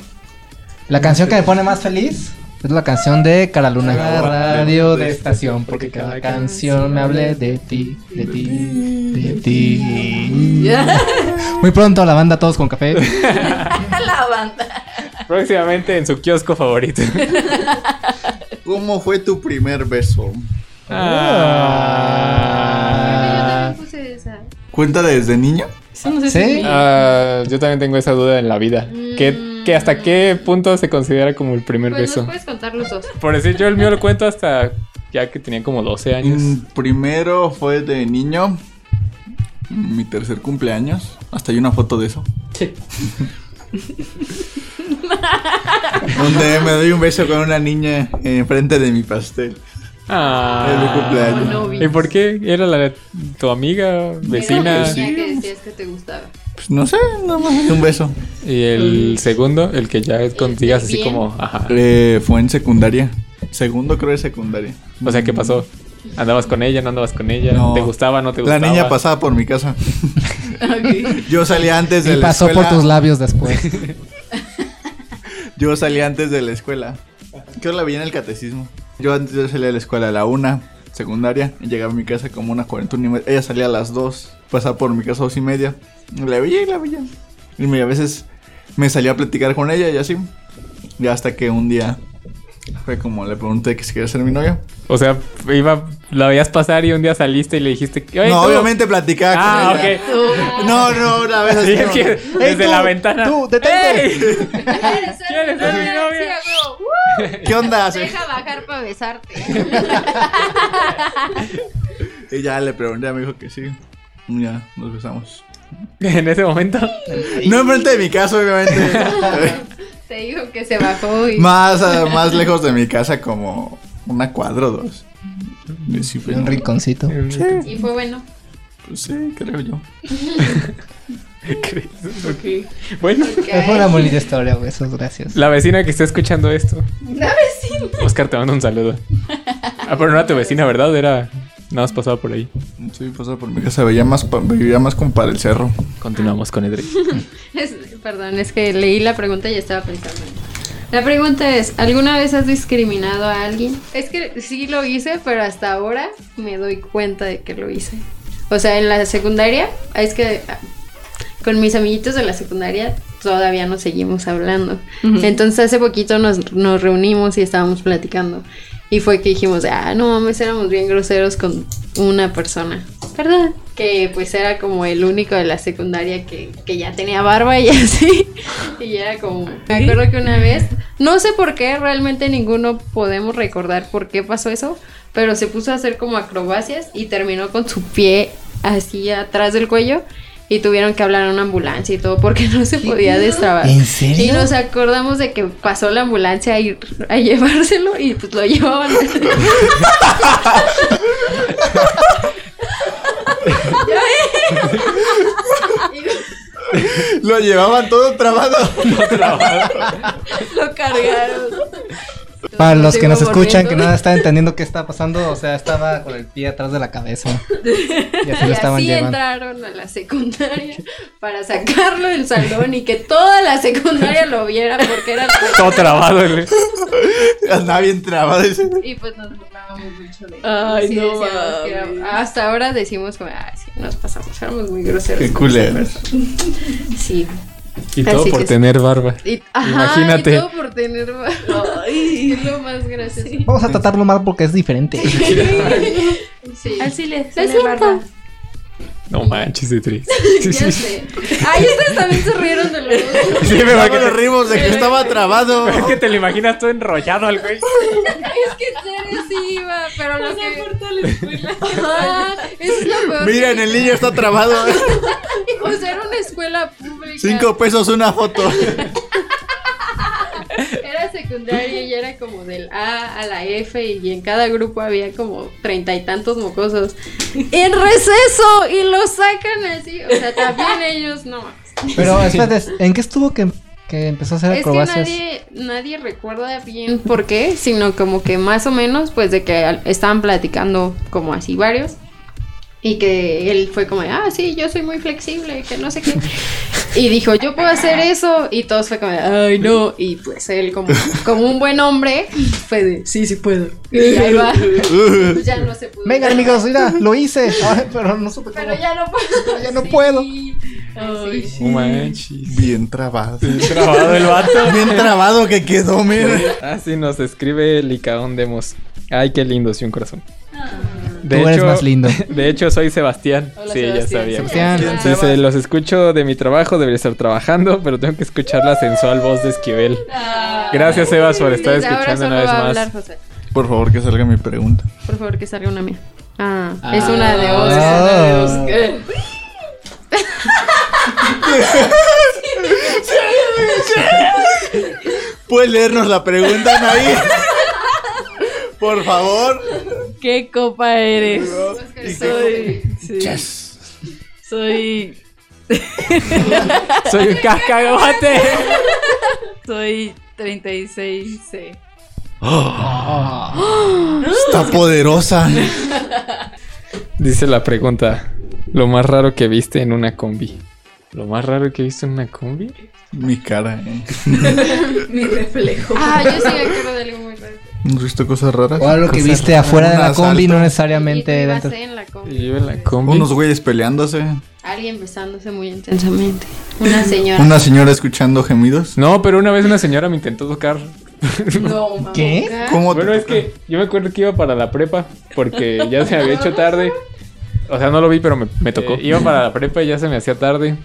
La canción que me pone más feliz es la canción de Cara Luna. Cada radio de estación, porque cada canción me hable de ti, de ti, de ti. Muy pronto la banda Todos con Café. La banda. Próximamente en su kiosco favorito. ¿Cómo fue tu primer beso? Ah. puse esa. Ah. ¿Cuenta desde niño? Eso no sé ¿Sí? si es mío. Ah, yo también tengo esa duda en la vida. ¿Qué, Mm. qué- hasta qué punto se considera como el primer Pues nos beso? puedes contar los dos. Por decir, yo el mío lo cuento hasta ya que tenía como 12 años. Mm, Primero fue de niño. mm, Mi tercer cumpleaños. Hasta hay una foto de eso. Donde me doy un beso con una niña enfrente de mi pastel. Es mi Ah. cumpleaños. no vi. ¿Y por qué? ¿Era la tu amiga, vecina? Era la niña que decías que te gustaba. Pues no sé, nada más un beso. Y el segundo, el que ya con- digas así bien. como, ajá. Eh, fue en secundaria. Segundo creo de secundaria. O sea, ¿qué pasó? ¿Andabas con ella? ¿No andabas con ella? Mm. No. ¿Te gustaba? ¿No te La gustaba? niña pasaba por mi casa. Yo salía antes de Y la pasó por escuela. tus labios después. Yo salía antes de la escuela. Yo la vi en el catecismo. Yo antes de salía de la escuela a la una, secundaria, y llegaba a mi casa como unas 40 y media. Ella salía a las 2, pasaba por mi casa a dos y media. Y La veía y la veía. Y me- a veces me salía a platicar con ella y así. Y hasta que un día fue como le pregunté que si quería ser mi novia. O sea, iba, la veías pasar y un día saliste y le dijiste... que, "Oye, no, tú". obviamente platicaba Ah, con ella. ok. No, no, una vez así. Sí, es como, que "Ey, desde tú, la ventana. Tú, detente. ¡Ey! ¿Quieres ser ¿Quieres ser mi novia? Sí, a huevo. ¿Qué onda? ¡Uh! Deja bajar para besarte. Y ya le pregunté, me dijo que sí. Y Ya, nos besamos. En ese momento. No enfrente de mi casa, obviamente. Te dijo que se bajó y. más, eh, más lejos de mi casa, como una cuadra o dos. Mm. Y sí, pues, un no. rinconcito. Y fue bueno. Pues sí, creo yo. Bueno, Fue una bonita historia, güey. Eso, gracias. la vecina que está escuchando esto. La vecina. Oscar, te mando un saludo. Ah, pero no era tu vecina, ¿verdad? Era... Nada más pasaba por ahí. Sí, pasaba por mi casa, veía más, pa- vivía más como para el cerro. Continuamos con Edric. Es- perdón, es que leí la pregunta y estaba pensando. La pregunta es, ¿alguna vez has discriminado a alguien? Es que sí lo hice, pero hasta ahora me doy cuenta de que lo hice. O sea, en la secundaria, es que ah, con mis amiguitos de la secundaria todavía nos seguimos hablando. Entonces hace poquito nos, nos reunimos y estábamos platicando. Y fue que dijimos, ah, no mames, éramos bien groseros con una persona. ¿Verdad? Que pues era como el único de la secundaria que, que ya tenía barba y así. Y era como, me acuerdo que una vez, no sé por qué, realmente ninguno podemos recordar por qué pasó eso, pero se puso a hacer como acrobacias y terminó con su pie así atrás del cuello y tuvieron que hablar a una ambulancia y todo porque no se podía destrabar. ¿En serio? Y nos acordamos de que pasó la ambulancia a, ir- a llevárselo y pues lo llevaban. Lo llevaban todo trabado. lo cargaron. Para los Se que iba nos escuchan, corriendo. que no están entendiendo qué está pasando, o sea, estaba con el pie atrás de la cabeza. Y así Y lo estaban así llevando. entraron a la secundaria para sacarlo del salón y que toda la secundaria lo viera porque era la- Todo trabado. el- Andaba bien trabado. ese. y pues nos burlábamos mucho de él. Ay, no decíamos que era- mames. hasta ahora decimos como, ah, sí, nos pasamos, éramos muy groseros. Qué con esa culeros. persona". Sí. Y todo Así por que- tener barba. Y, ajá, Imagínate. Y todo por tener es lo más gracioso. Sí. Vamos a tratarlo mal porque es diferente. Así Así le sale barba. No manches, Edric. ya sé. Ay, ustedes también se rieron de los dos. Sí, me Luego imagino- nos rimos de que estaba trabado. Es que te lo imaginas todo enrollado al güey. Es que en serio sí iba, pero lo que... la escuela. Ajá, eso es lo peor. Miren, el niño está trabado. O sea, era una escuela pública. Cinco pesos una foto. Era secundaria y era como del A a la F y en cada grupo había como treinta y tantos mocosos. En receso y los sacan así. O sea, también ellos no. Pero, espérate, ¿en qué estuvo que, que empezó a hacer Es que acrobacias? nadie, nadie recuerda bien por qué, sino como que más o menos, pues de que al- estaban platicando como así varios. Y que él fue como, ah, sí, yo soy muy flexible, que no sé qué. Y dijo, yo puedo hacer eso. Y todos fue como, ay, no. Y pues él, como, como un buen hombre, fue de, sí, sí puedo. Y ahí va. Pues ya no se pudo. Vengan, amigos, mira, lo hice. Ay, pero no supe cómo. Pero ya no puedo. ya no puedo. Sí. Ay, sí. No manches. Bien trabado. Trabado el vato. Bien trabado que quedó, mira. Ah, sí, nos escribe Licaón Demos. Ay, qué lindo, sí, un corazón. De Tú eres más lindo. De hecho, soy Sebastián. Hola, sí, ya Sebastián. sabía. Sebastián. ¿Quién Dice, Sebas? los escucho de mi trabajo, debería estar trabajando, pero tengo que escuchar la sensual voz de Esquivel. Gracias, Sebas, por estar Ah. Desde ahora escuchando solo una vez va a más. hablar José. Por favor, que salga mi pregunta. Por favor, que salga una mía. Ah, Ah. es una de Oscar. Ah. una de Oscar. ¿Puedes leernos la pregunta, Nair? Por favor. ¿Qué copa eres? ¿Y qué- Soy. sí, Yes. Soy. Soy un cascagote. Soy 36C. Está poderosa. Dice la pregunta, lo más raro que viste en una combi. ¿Lo más raro que viste en una combi? Mi cara, eh. Mi reflejo. Ah, yo sí me acuerdo de algo muy raro. ¿Has visto cosas raras? O algo que Cosas viste raras. afuera de la Un combi, no asalto. necesariamente Y tú ibas dentro. en la combi. Yo en la combi. Unos güeyes peleándose. Alguien besándose muy intensamente. Una señora. Una señora escuchando gemidos. No, pero una vez una señora me intentó tocar. No, mamá. ¿Qué? ¿Cómo te- Bueno, es que yo me acuerdo que iba para la prepa porque ya se me había hecho tarde. O sea, no lo vi, pero me, me tocó. iba para la prepa y ya se me hacía tarde.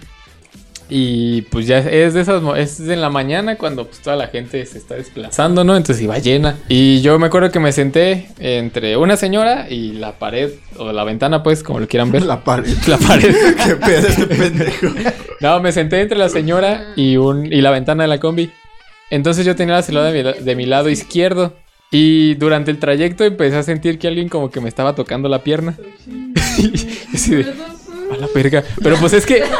Y pues ya es de esas, mo- es en la mañana cuando pues toda la gente se está desplazando, ¿no? Entonces iba llena. Y yo me acuerdo que me senté entre una señora y la pared o la ventana, pues, como lo quieran ver. La pared. la pared. ¿Qué pedo este pendejo? No, me senté entre la señora y, un, y la ventana de la combi. Entonces yo tenía la celular de mi, la- de mi lado izquierdo. Y durante el trayecto empecé a sentir que alguien como que me estaba tocando la pierna. y así de, a la verga. Pero pues es que...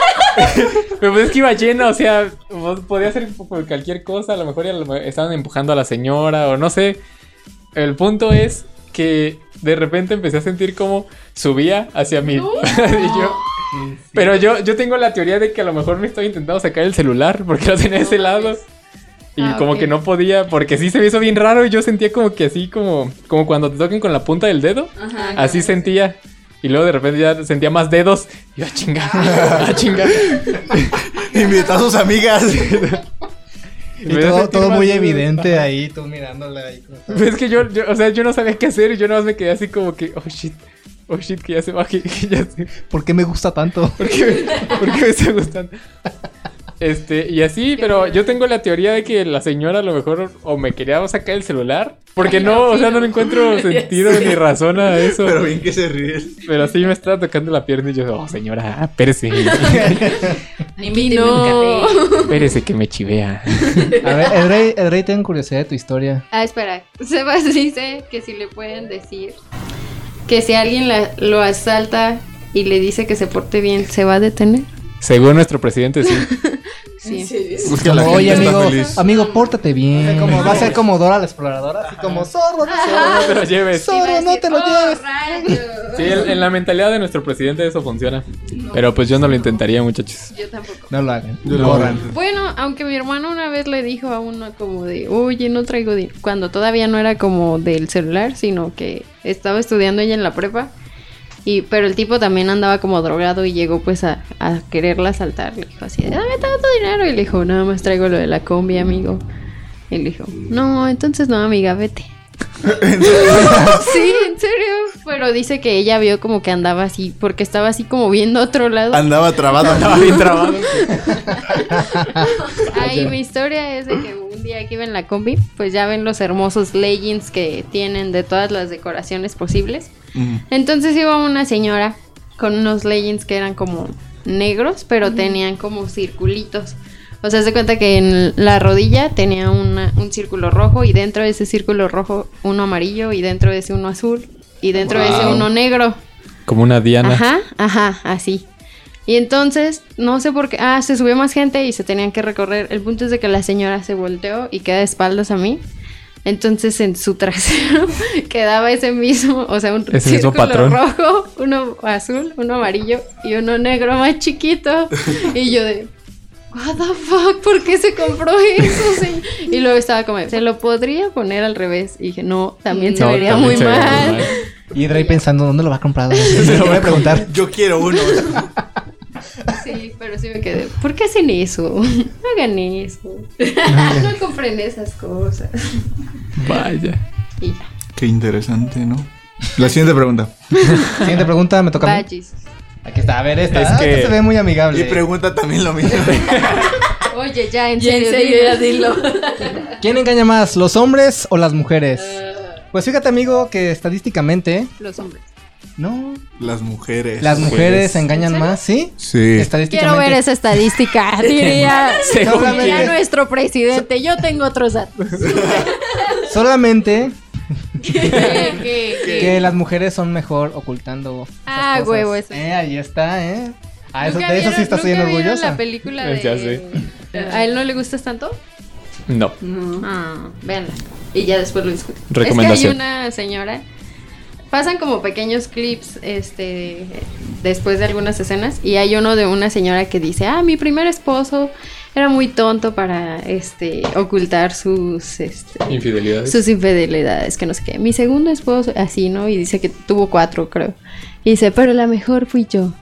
Pero pues es que iba llena, o sea, vos- podía ser por cualquier cosa. A lo mejor ya lo- estaban empujando a la señora o no sé. El punto es que de repente empecé a sentir como subía hacia mí. y yo... Pero yo, yo tengo la teoría de que a lo mejor me estoy intentando sacar el celular porque lo tenía a ese lado. Y Ah, como ok. que no podía, porque sí se me hizo bien raro y yo sentía como que así, como, como cuando te toquen con la punta del dedo. así sentía. Y luego de repente ya sentía más dedos. Y yo, "Ah, a chingar, a chingar. Invita a sus amigas. Y todo, todo muy evidente ahí, tú mirándola ahí. como todo. Pues es que yo, yo, o sea, yo no sabía qué hacer y yo nada más me quedé así como que, oh shit, oh shit, que ya se baje, que ya se... ¿Por qué me gusta tanto? ¿Por qué, por qué me está gustando? Este, y así, pero yo tengo la teoría de que la señora a lo mejor o me quería sacar el celular, porque no, o sea, no le encuentro sentido ni razón a eso. Pero Pero, bien que se ríe. sí me estaba tocando la pierna y yo, oh, señora, espérese, Invíteme No. un café. espérese que me chivea. A ver, el rey, el rey tengo curiosidad de tu historia. Ah, espera. Sebas dice que si le pueden decir que si alguien la- lo asalta y le dice que se porte bien, ¿se va a detener? Según nuestro presidente, sí. Sí. Es que la Oye, gente amigo, está feliz. amigo, pórtate bien. va a ser como Dora la exploradora, así como zorro, no, No te lo lleves. Zorro, Iba a no decir, te lo "Oh, lleves". rayos". Sí, en, en la mentalidad de nuestro presidente eso funciona. Pero pues yo no lo intentaría, muchachos. Yo tampoco. no lo hagan. Yo lo Corran. hago. Bueno, aunque mi hermano una vez le dijo a uno como de, oye, no traigo dinero. Cuando todavía no era como del celular, sino que estaba estudiando ella en la prepa. Y, pero el tipo también andaba como drogado y llegó pues a, a quererla asaltar. Le dijo así, de, dame tanto dinero. Y le dijo, nada más traigo lo de la combi, amigo. Y le dijo, no, entonces no, amiga, vete. sí, en serio. Pero dice que ella vio como que andaba así, porque estaba así como viendo a otro lado. Andaba trabado. Estaba bien trabado. Ay, mi historia es de que un día que iba en la combi, pues ya ven los hermosos leggings que tienen de todas las decoraciones posibles. Mm. Entonces iba una señora con unos leggings que eran como negros, pero tenían como circulitos. O sea, se cuenta que en la rodilla tenía una- un círculo rojo y dentro de ese círculo rojo uno amarillo y dentro de ese uno azul y dentro de ese Wow. uno negro. Como una diana. Ajá, ajá, así. Y entonces, no sé por qué, ah, se subió más gente y se tenían que recorrer. El punto es de que la señora se volteó y queda de espaldas a mí. Entonces en su trasero quedaba ese mismo, o sea, un Ese mismo círculo patrón. rojo, uno azul, uno amarillo y uno negro más chiquito. Y yo de, what the fuck, ¿por qué se compró eso? señor?" Y luego estaba como, se lo podría poner al revés. Y dije, no, también se No, vería también muy se vería mal. Y el rey pensando, ¿dónde lo va a comprar? Se lo voy a preguntar. Yo quiero uno. Sí, pero sí me quedé. ¿Por qué hacen eso? No hagan eso. no compren esas cosas. Vaya. Y ya. Qué interesante, ¿no? La siguiente pregunta. Siguiente pregunta, me toca a mí. Vallis. Aquí está, a ver, esta. Es Ah, que- esta se ve muy amigable. Y pregunta también lo mismo. Oye, ya, en Ya, en serio. serio, dilo. ya dilo. ¿Quién engaña más, los hombres o las mujeres? Ah. Pues fíjate, amigo, que estadísticamente, Los hombres. no. Las mujeres. Las mujeres mujeres. engañan ¿En más, ¿sí? Sí. Quiero Estadísticamente. ver esa estadística, diría. Según Solamente- diría nuestro presidente. Yo tengo otros datos. Solamente ¿Qué, qué, qué? que las mujeres son mejor ocultando. esas Ah, cosas. huevo, eso. Eh, ahí está, ¿eh? Ah, eso, ¿Nunca de eso vieron- sí estás bien nunca vieron orgullosa. la película Eh, ya de... ¿A él no le gustas tanto? No. Ah, véanla. Y ya después lo discutimos. Recomendación. Es que hay una señora. Pasan como pequeños clips este después de algunas escenas y hay uno de una señora que dice, "Ah, mi primer esposo era muy tonto para este ocultar sus este, Infidelidades. sus infidelidades, que no sé qué. Mi segundo esposo, así, ¿no? Y dice que tuvo cuatro, creo. Y dice, pero la mejor fui yo.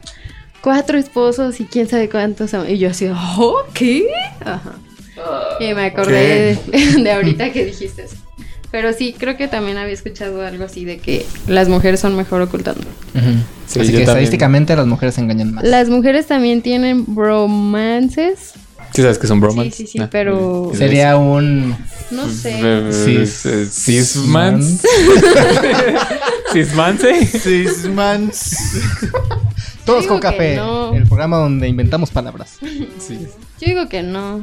Cuatro esposos y quién sabe cuántos. am-". Y yo así, ¿oh, qué? Ajá. Y me acordé de, de ahorita que dijiste eso. Pero sí, creo que también había escuchado algo así de que las mujeres son mejor ocultando. Ujú. Sí, yo Así que también. estadísticamente las mujeres engañan más. Las mujeres también tienen romances. Sí, sabes que son bromance. Mm. Sí, sí, sí, pero- Sería un. No sé. Cis- eh, Cismans. Cismance. Sismans. Todos Digo con que café. no. El programa donde inventamos palabras. Sí. Yo digo que no.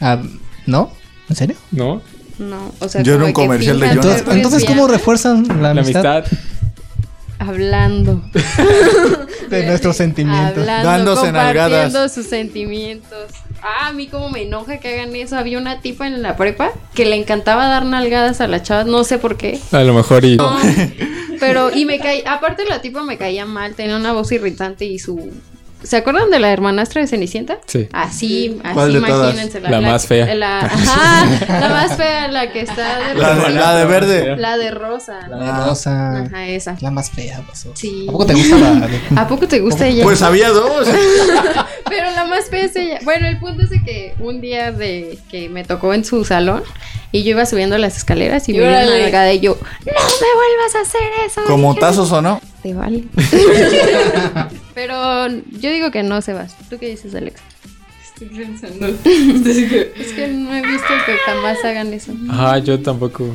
Ah, ¿No? ¿En serio? ¿No? No. O sea, Yo era como un que comercial de finjan Johnson. ser Entonces, entonces, ¿cómo lesbiana. refuerzan la La amistad, amistad. Hablando. de nuestros sentimientos? Hablando, Dándose compartiendo nalgadas. sus sentimientos. Ah, a mí como me enoja que hagan eso. Había una tipa en la prepa que le encantaba dar nalgadas a las chavas, no sé por qué. A lo mejor y. No, pero, y me caía, aparte la tipa me caía mal, tenía una voz irritante y su... ¿Se acuerdan de la hermanastra de Cenicienta? Sí. Así, ¿Cuál así de todas? imagínensela. La más fea. La, ajá, la más fea, la que está de La de, rosita. la de verde. La de rosa. ¿no? Ah, Rosa. Ajá, esa. La más fea, pues. Sí. ¿A poco te gusta la- ¿A poco te gusta ella? Pues había dos. Pero la más fea es ella. Bueno, el punto es de que un día de que me tocó en su salón y yo iba subiendo las escaleras y Y me dio una órale. nalgada y yo, no me vuelvas a hacer eso. Como Dije, tazos o no. Te vale. Pero yo digo que no, Sebas. ¿Tú qué dices, Alex? Estoy pensando. Entonces, que- Es que no he visto que jamás hagan eso. Ah, yo tampoco.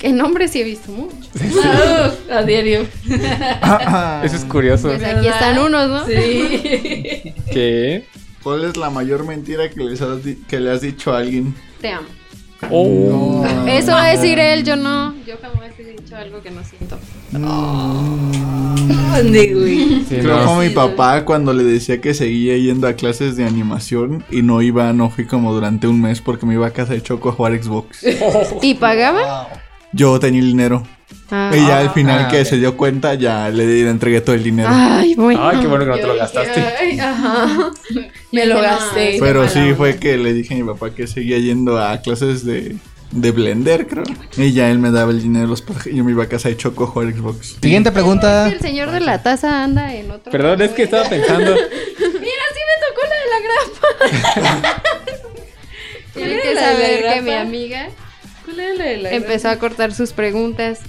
En hombres sí he visto mucho. Ah, a diario. Eso es curioso. Pues aquí están unos, ¿no? Sí. ¿Qué? ¿Cuál es la mayor mentira que, les has di- que le has dicho a alguien? Te amo. Oh. No. Eso va a decir él, yo no. Yo jamás he dicho algo que no siento. ¿Dónde, güey? Sí, Creo no. como mi papá cuando le decía que seguía yendo a clases de animación y no iba, no fui como durante un mes porque me iba a casa de Choco a jugar Xbox. ¿Y pagaban? Yo tenía el dinero. Ah. Y ya al final Ah, que ok. Ah, se dio cuenta, ya le, di- le entregué todo el dinero. Ay, bueno. Ay, qué bueno que no te lo Yo gastaste. dije, ay, ajá. Yo Me dije, lo no, gasté. es que Pero mala sí onda. fue que le dije a mi papá que seguía yendo a clases de, de Blender, creo. Y ya él me daba el dinero de los pajes y yo me iba a casa de Choco a jugar Xbox. Siguiente Ah. pregunta. El señor de la taza anda en otro. ¿eh? Perdón, es que estaba pensando. Mira, sí me tocó la de la grapa. Tienen que ¿Cuál era la de la saber que grapa? mi amiga ¿Cuál era la de la empezó a cortar sus preguntas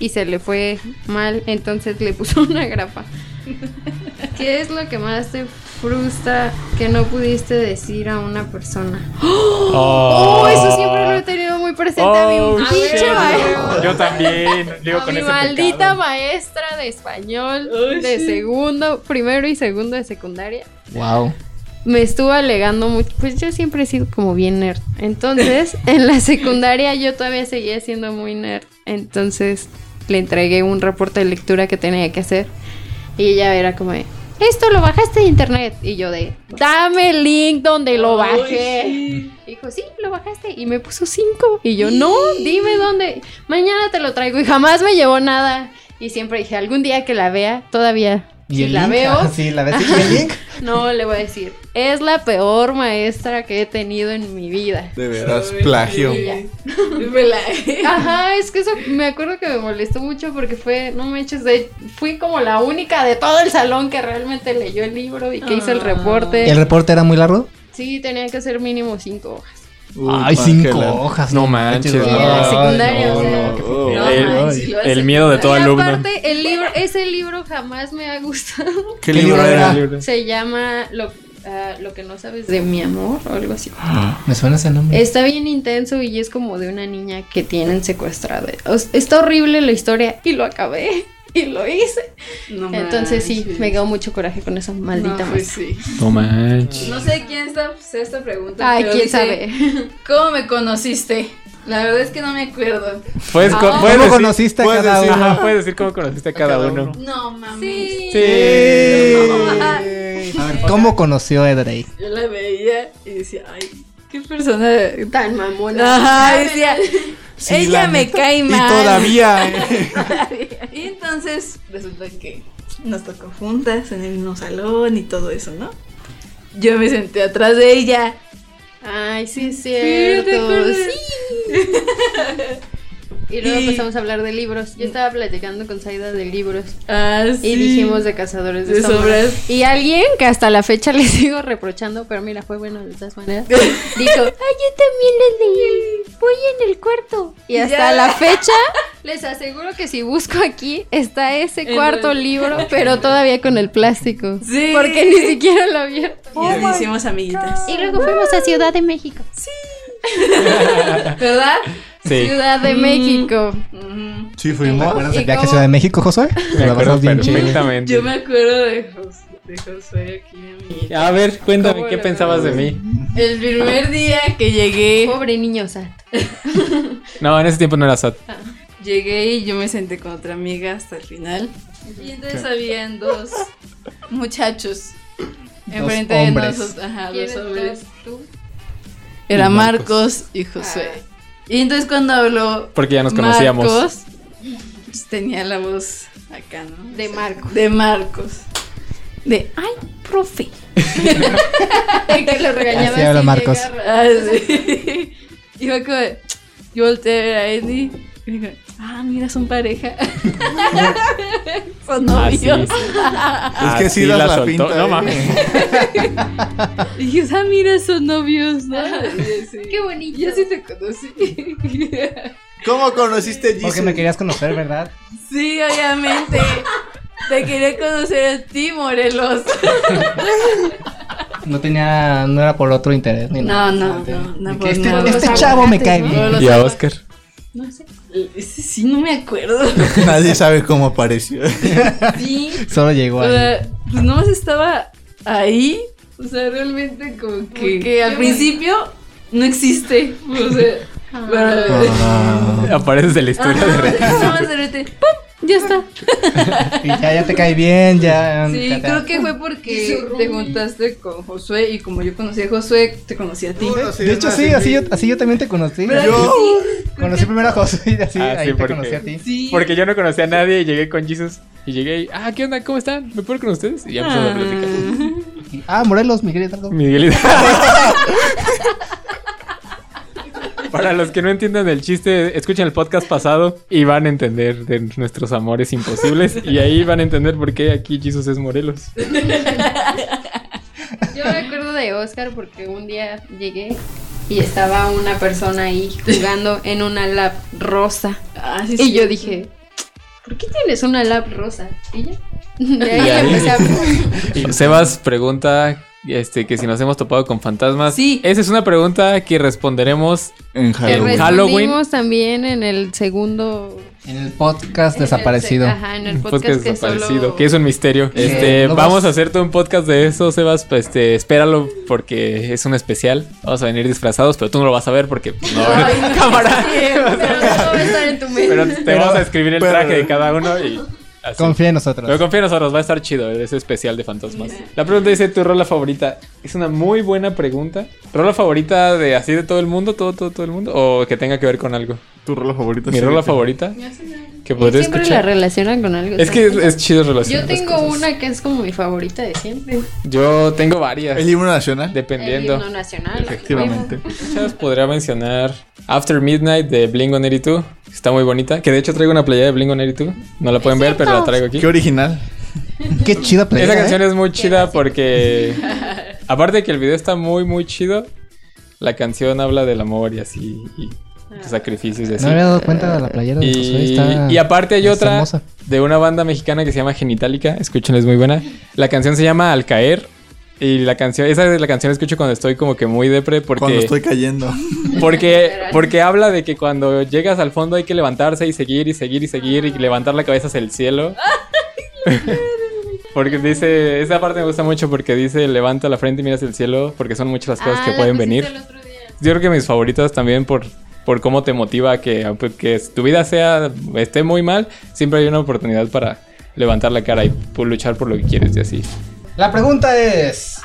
y se le fue mal, entonces le puso una grapa. ¿Qué es lo que más te frustra que no pudiste decir a una persona? Oh, Oh, eso siempre lo he tenido muy presente a mi Oh, pinche shit. maestra. Yo también. Digo, a con mi ese maldita pecado. maestra de español Ay, de sí. segundo, primero y segundo de secundaria. Wow. Me estuvo alegando mucho, pues yo siempre he sido como bien nerd. Entonces, en la secundaria yo todavía seguía siendo muy nerd. Entonces, le entregué un reporte de lectura que tenía que hacer y ella era como de, "Esto lo bajaste de internet." Y yo de, "Dame el link donde lo bajé." Dijo, sí, lo bajaste. Y me puso cinco. Y yo, no, dime dónde. Mañana te lo traigo. Y jamás me llevó nada. Y siempre dije, algún día que la vea, todavía. ¿Y si el la link? veo, Ah, Sí, la ves. ¿Y el link? no le voy a decir. Es la peor maestra que he tenido en mi vida. De veras, plagio. Me la... Ajá, es que eso me acuerdo que me molestó mucho porque fue, no me eches de. Fui como la única de todo el salón que realmente leyó el libro y que hizo el Ah. reporte. ¿El reporte era muy largo? Sí, tenía que ser mínimo cinco hojas. Uy, Ay, pa, cinco que la- hojas. No manches, güey. no. En la secundaria, no, o sea, no, qué no, flojera. el, Ay, manches, luego el se- miedo de todo y alumno. aparte, el libro, ese libro jamás me ha gustado. ¿Qué ¿Qué libro libro era? era? Se llama lo, ah, lo que no sabes de mi amor o algo así. Ah, Me suena ese nombre. Está bien intenso y es como de una niña que tienen secuestrada. O sea, Está horrible la historia y lo acabé y lo hice. No Entonces sí, manches. me quedó mucho coraje con esa maldita No, madre. pues sí. No manches. No sé quién está sea esta pregunta. Ay, pero quién dice, sabe. ¿Cómo me conociste? La verdad es que no me acuerdo. Puedes, co- Ah. puedes ¿Cómo decir, conociste a puedes cada decir, uno? ajá, puedes decir cómo conociste a cada, cada uno. uno. No, mames. Sí. ¿Cómo conoció a Drake? Yo la veía y decía, ay, qué persona Tan mamona. Ajá, decía, Sí, ella la me neta. cae Y mal. todavía. eh. Y entonces resulta que nos tocó juntas en el mismo salón y todo eso, ¿no? Yo me senté atrás de ella. Ay, sí es ¿te cierto. acuerdas? Sí. Y luego Y- Mm. empezamos a hablar de libros. Yo estaba platicando con Saida de libros. Ah, Y dijimos de cazadores de, De sombras. sombras. Y alguien que hasta la fecha le sigo reprochando, pero mira, fue bueno de todas maneras. Dijo, ay, yo también les leí. Voy en el cuarto. Y hasta Ya. la fecha, les aseguro que si busco aquí, está ese El cuarto re- libro, pero todavía con el plástico. Sí. Oh Porque ni siquiera lo vieron. Y nos hicimos amiguitas. Y luego fuimos a Ciudad de México. ¿Verdad? Sí. Ciudad de Mm. México. Ujú. Sí, ¿Te fuimos. acuerdas del ¿Y viaje a cómo? Ciudad de México, Josué? Me Lo acuerdo pasamos bien chido. perfectamente. Yo me acuerdo de Jos- de Josué aquí, mi amiguita. A ver, cuéntame, ¿Cómo ¿qué era? pensabas de mí? El primer día que llegué, Pobre niño Sat. No, en ese tiempo no era SAT. llegué y yo me senté con otra amiga hasta el final. Y entonces habían dos muchachos enfrente de hombres. nosotros. Ajá, dos ¿Quiénes hombres. dos? ¿Tú? Era Y Marcos. Marcos y Josué. Y entonces cuando habló Porque ya nos conocíamos. Marcos, pues, tenía la voz acá, ¿no? De Marcos. De Marcos. De, ay, profe. que lo regañaba Así habla así, Marcos. llega a- Ah, sí. Y fue como, de, yo volteé a ver a Eddie y dije, ah, mira, son pareja. son Ah, sí, Es novios. ah, que sí Así das la, soltó. pinta. No eh. mames. Y dije, ah, mira, son novios, ¿no? Y así. Qué bonito. Yo Ah, sí te conocí. ¿Cómo conociste a Giselle? Porque me querías conocer, ¿verdad? sí, obviamente. Te quería conocer a ti, Morelos. No tenía, no era por otro interés ni nada. No, no, no, no, De que por este, nada. este Los chavo me aguacates, cae ¿no? bien. Los Y a zapatos. Oscar. No sé. Ese sí, no me acuerdo. Nadie sabe cómo apareció. Sí. Solo llegó O ahí. sea, pues nomás estaba ahí. O sea, realmente como que, al principio no existe. O sea, Ah, Apareces en la historia de Rey. nomás de repente, ¡pum! Ya está. y ya, ya te cae bien, ya. Sí, ya te- creo que fue porque te juntaste con Josué y como yo conocí a Josué, te conocí a ti. De hecho, sí, así yo, así yo también te conocí. Yo. Conocí primero a Josué y así, Ah, ahí sí, te porque- conocí a ti. Sí. Porque yo no conocía a nadie y llegué con Jesus. Y llegué y, ah, ¿qué onda? ¿Cómo están? ¿Me puedo ir con ustedes? Y ya empezamos a platicar. Ah, Morelos, mi querido Eduardo. Miguelito. Para los que no entiendan el chiste, escuchen el podcast pasado y van a entender de nuestros amores imposibles. Y ahí van a entender por qué aquí Jesus es Morelos. Yo me acuerdo de Oscar porque un día llegué y estaba una persona ahí jugando en una lab rosa. Ah, sí, Y sí. yo dije, ¿por qué tienes una lab rosa? Y ya. De ahí Y ahí- empecé a... Y Sebas pregunta este, que si nos hemos topado con fantasmas. Sí. Esa es una pregunta que responderemos. En Que Halloween. respondimos también en el segundo... En el podcast desaparecido. en el sec- Ajá, en el en podcast, podcast que desaparecido, solo- que es un misterio. Que Este, no vamos vas- a hacer todo un podcast de eso, Sebas. Pues, este, espéralo porque es un especial. Vamos a venir disfrazados, pero tú no lo vas a ver porque pues, no, cámara. Pero todo va a estar en tu mente. Pero te Pero- vamos a escribir el pero- traje de cada uno y así. Confía en nosotros. Pero confía en nosotros, va a estar chido ese especial de fantasmas. La pregunta dice, ¿tu rola favorita? Es una muy buena pregunta. ¿Rola favorita de así de todo el mundo, todo, todo, todo el mundo? ¿O que tenga que ver con algo? ¿Tu rola favorita? ¿Mi Pues sí, rola sí. favorita? Que Yo podría siempre la escuchar. relacionan con algo. Es ¿sabes? que es, es chido relacionar Yo las tengo cosas. una que es como mi favorita de siempre. Yo tengo varias. ¿El himno nacional? Dependiendo. El himno nacional. Efectivamente. Muchas podría mencionar After Midnight de Bling 182. Está muy bonita. Que de hecho traigo una playa de Bling 182. No la pueden ver, pero la traigo aquí. ¿Qué original? Qué chida playa. Esa canción ¿eh? es muy chida porque aparte de que el video está muy muy chido, la canción habla del amor y así, y de sacrificios y así. No me había dado cuenta de la playera de Josué. Y, pues, Está y aparte hay está otra hermosa. de una banda mexicana que se llama Genitalica, escúchenla, es muy buena. La canción se llama Al Caer. Y la canción, esa es la canción que escucho cuando estoy como que muy depre porque... Cuando estoy cayendo. Porque, porque habla de que cuando llegas al fondo hay que levantarse y seguir y seguir y seguir y levantar la cabeza hacia el cielo. Porque dice, esa parte me gusta mucho porque dice levanta la frente y miras el cielo porque son muchas las cosas Ah, que pueden venir. Yo creo que mis favoritas también por, por cómo te motiva a que, a que tu vida sea, esté muy mal, siempre hay una oportunidad para levantar la cara y por luchar por lo que quieres y así. La pregunta es: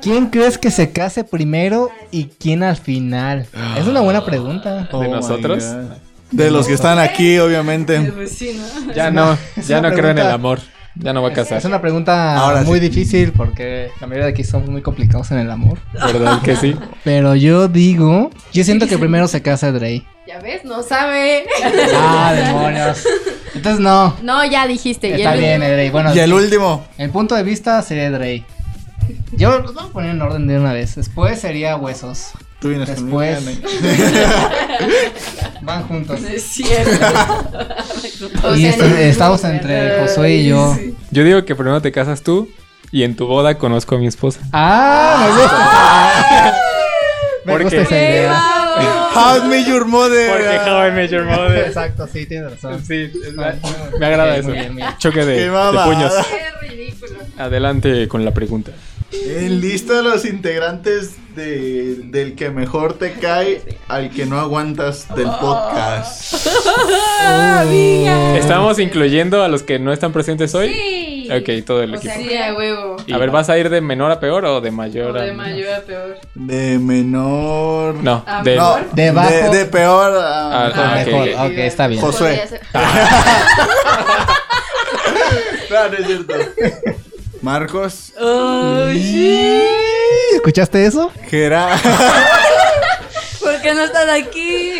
¿Quién crees que se case primero y quién al final? Es una buena pregunta. Ah. ¿De nosotros? Oh De los que están aquí, obviamente. Pues sí, ¿no? Ya una- no, es ya no una creo en el pregunta- amor. Ya no va a Es casar. una pregunta Ahora muy sí. difícil porque la mayoría de aquí somos muy complicados en el amor. ¿Verdad que sí? Pero yo digo, yo siento que primero se casa Dre. Ya ves, no sabe. Ah, demonios. Entonces no. No, ya dijiste. Está bien, Dre. Bueno, Y el último. el punto de vista sería Dre. Yo los voy a poner en orden de una vez. Después sería huesos. Tú vienes conmigo, Después. Ana. Van juntos. No es cierto. Y est- estamos entre Josué y yo. Sí. Yo digo que primero te casas tú y en tu boda conozco a mi esposa. Ah, me gusta. Me ¿Por gusta qué? esa idea. Oh, How me your mother. Major Exacto, sí, tienes razón. Sí, es Ah, verdad. muy bien. me agrada Muy eso. bien, muy bien. Choque de, Qué de mamada. puños. Qué ridículo. Adelante con la pregunta. En lista de los integrantes de- del que mejor te cae al que no aguantas del podcast. Estamos incluyendo a los que no están presentes hoy. Sí. Ok, todo el O sea, equipo. sí, a huevo. A ver, ¿vas a ir de menor a peor o de mayor a de mayor a peor. De menor. No, A de No, ¿Peor? de, De bajo. de peor a Ah, Ah, ok, mejor. ok. Ah. ok, está bien. Josué. Podría ser- No, no es cierto. Marcos. Oh, shit. ¿Escuchaste eso? Gerard. ¿Por qué no están aquí?